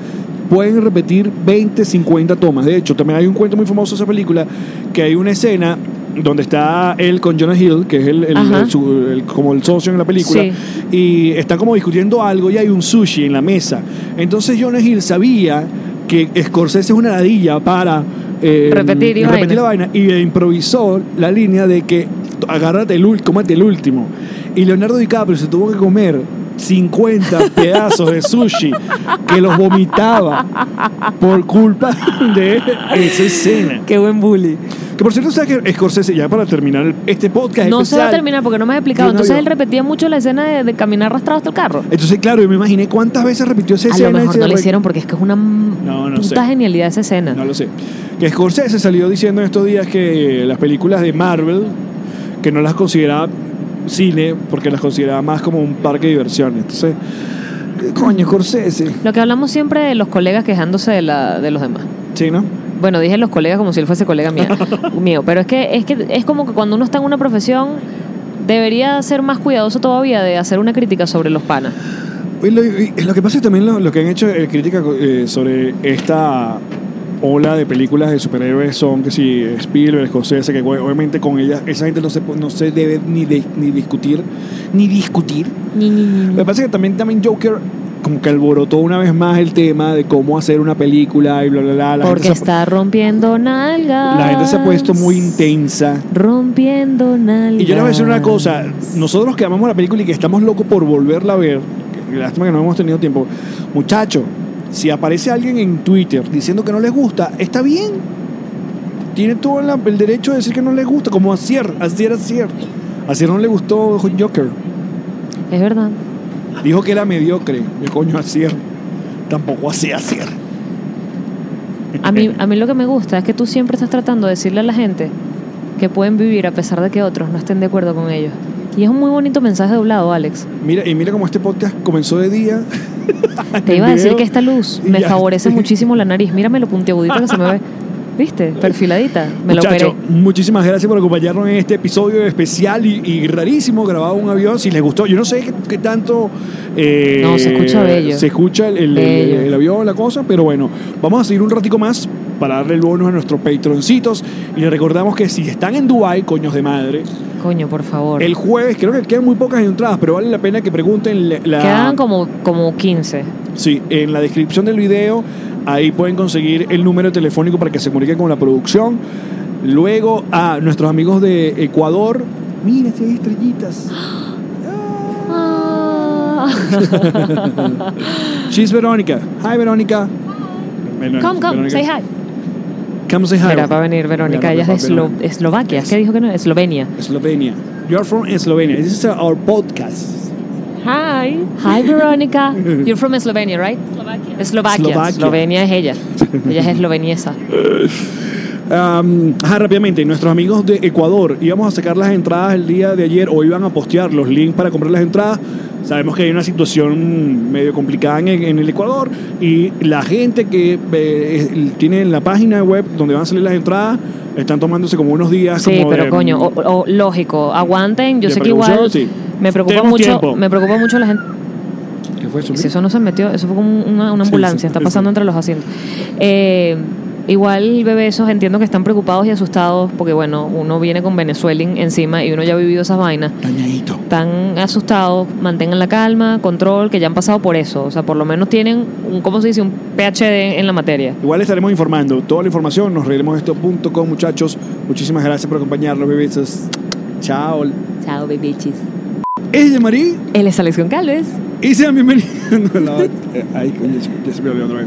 pueden repetir 20, 50 tomas. De hecho, también hay un cuento muy famoso de esa película, que hay una escena donde está él con Jonah Hill, que es el, el-
Ajá.
el su- el- como el socio en la película,
Sí.
y están como discutiendo algo y hay un sushi en la mesa. Entonces Jonah Hill sabía que Scorsese es una ladilla para eh,
Repetir y
repetir la vaina y improvisó la línea de que agárrate el último, cómete el último. Y Leonardo DiCaprio se tuvo que comer 50 pedazos de sushi que los vomitaba por culpa de esa escena.
¡Qué buen bully!
Que por cierto, ¿sabes que Scorsese, ya para terminar este podcast
No se va a
especial,
terminar porque no me has explicado.
de un
Entonces él
avión.
repetía mucho la escena de, de caminar arrastrado hasta el carro.
Entonces, claro, yo me imaginé cuántas veces repitió esa
A
escena.
lo
y
mejor
se
no la
re-
hicieron porque es que es una
No, no
puta
sé.
genialidad esa escena.
No lo sé. Que Scorsese salió diciendo en estos días que las películas de Marvel, que no las consideraba cine, porque las consideraba más como un parque de diversión. Entonces, coño, Scorsese.
Lo que hablamos siempre de los colegas quejándose de, la, de los demás.
Sí, ¿no?
Bueno, dije los colegas como si él fuese colega mía- mío, pero es que, es que es como que cuando uno está en una profesión debería ser más cuidadoso todavía de hacer una crítica sobre los panas.
Y lo, y lo que pasa es también lo, lo que han hecho eh, crítica eh, sobre esta ola de películas de superhéroes son que si Spielberg, Scorsese, que obviamente con ellas esa gente no se, pu- no se debe ni, de- ni discutir, ni discutir. Lo que pasa es que también, también Joker como que alborotó una vez más el tema de cómo hacer una película y bla, bla, bla. La,
Porque
gente, se, ha-
está rompiendo nalgas.
la gente se ha puesto muy intensa.
Rompiendo nalgas.
Y yo les voy a decir una cosa, nosotros que amamos la película y que estamos locos por volverla a ver, que lástima que no hemos tenido tiempo, muchachos, si aparece alguien en Twitter diciendo que no les gusta, está bien. Tiene todo la- el derecho de decir que no les gusta, como a Cier, a Cier, a Cier. A Cier no le gustó Joker.
Es verdad.
Dijo que era mediocre. El coño a Cier. Tampoco hacía Cier.
A mí, a mí lo que me gusta es que tú siempre estás tratando de decirle a la gente que pueden vivir a pesar de que otros no estén de acuerdo con ellos. Y es un muy bonito mensaje doblado, Alex.
Mira, y mira cómo este podcast comenzó de día.
Te iba a
El
decir
video,
que este esta luz
y
me
ya.
favorece muchísimo la nariz. Mírame lo puntiagudito que se me ve. ¿Viste? Perfiladita. Me lo
Muchachos,
operé.
muchísimas gracias por acompañarnos en este episodio especial y, y rarísimo grabado en un avión. Si les gustó, yo no sé qué, qué tanto. eh,
No, se escucha bello.
Se escucha el, el- el-
Bello.
el avión, la cosa, pero bueno, vamos a seguir un ratico más para darle el bonus a nuestros patroncitos. Y les recordamos que si están en Dubai, coños de madre,
Coño, por favor.
el jueves, creo que quedan muy pocas entradas, pero vale la pena que pregunten la. la-
Quedaban como, como 15.
Sí, en la descripción del video, ahí pueden conseguir el número telefónico para que se comuniquen con la producción. Luego a nuestros amigos de Ecuador. Mira, si hay estrellitas.
Ah.
She's Verónica. Hi, Verónica. Verónica-
come, come,
Verónica.
say hi.
Come say hi.
Mira, va a venir Verónica.
Mira,
Ella
va-
es de
va-
Eslo- Eslovaquia. ¿Qué dijo que no? Eslovenia.
Eslovenia. You're from Slovenia. This is our podcast.
Hi. Hi, Verónica. You're from Slovenia, right? Eslovaquia.
Eslovaquia.
Eslovenia es ella. Ella es esloveniesa.
Um, ajá, rápidamente, nuestros amigos de Ecuador, íbamos a sacar las entradas el día de ayer o iban a postear los links para comprar las entradas. Sabemos que hay una situación medio complicada en, en el Ecuador y la gente que eh, es- tiene la página web donde van a salir las entradas están tomándose como unos días.
Sí,
Ah, como
pero
de- mm,
coño, o- o- lógico, aguanten. Yo
de
sé que
precaución,
igual
sí.
me preocupa
Tenemos
mucho,
tiempo.
me preocupa mucho la gente.
¿Qué fue eso?
Si eso no se metió, eso fue como una, una
Sí,
ambulancia,
sí,
está
sí.
pasando entre los asientos. Eh, igual, bebé, esos entiendo que están preocupados y asustados porque, bueno, uno viene con Venezuela en- encima y uno ya ha vivido esas vainas.
Dañadito.
Están asustados, mantengan la calma, control, que ya han pasado por eso. O sea, por lo menos tienen, un, ¿cómo se dice? Un PhD en la materia.
Igual estaremos informando toda la información. Nos reiremos esto.com, muchachos. Muchísimas gracias por acompañarnos, bebés. Chao.
Chao, bebiches.
Es de Marí
Él es Alex Goncalves.
y sean bienvenidos. No, la- Eh, Ay, coño, ya se me olvidó otra vez.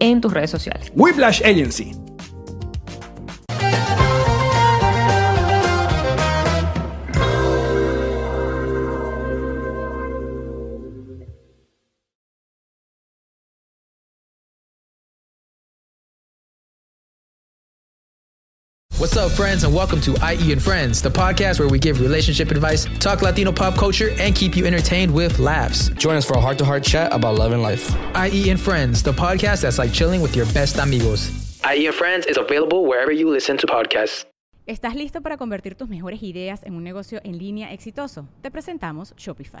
en tus redes sociales.
Whiplash Agency.
What's up, friends, and welcome to IE and Friends, the podcast where we give relationship advice, talk Latino pop culture, and keep you entertained with laughs.
Join us for a heart to heart chat about love and life.
IE and Friends, the podcast that's like chilling with your best amigos.
IE and Friends is available wherever you listen to podcasts.
¿Estás listo para convertir tus mejores ideas en un negocio en línea exitoso? Te presentamos Shopify.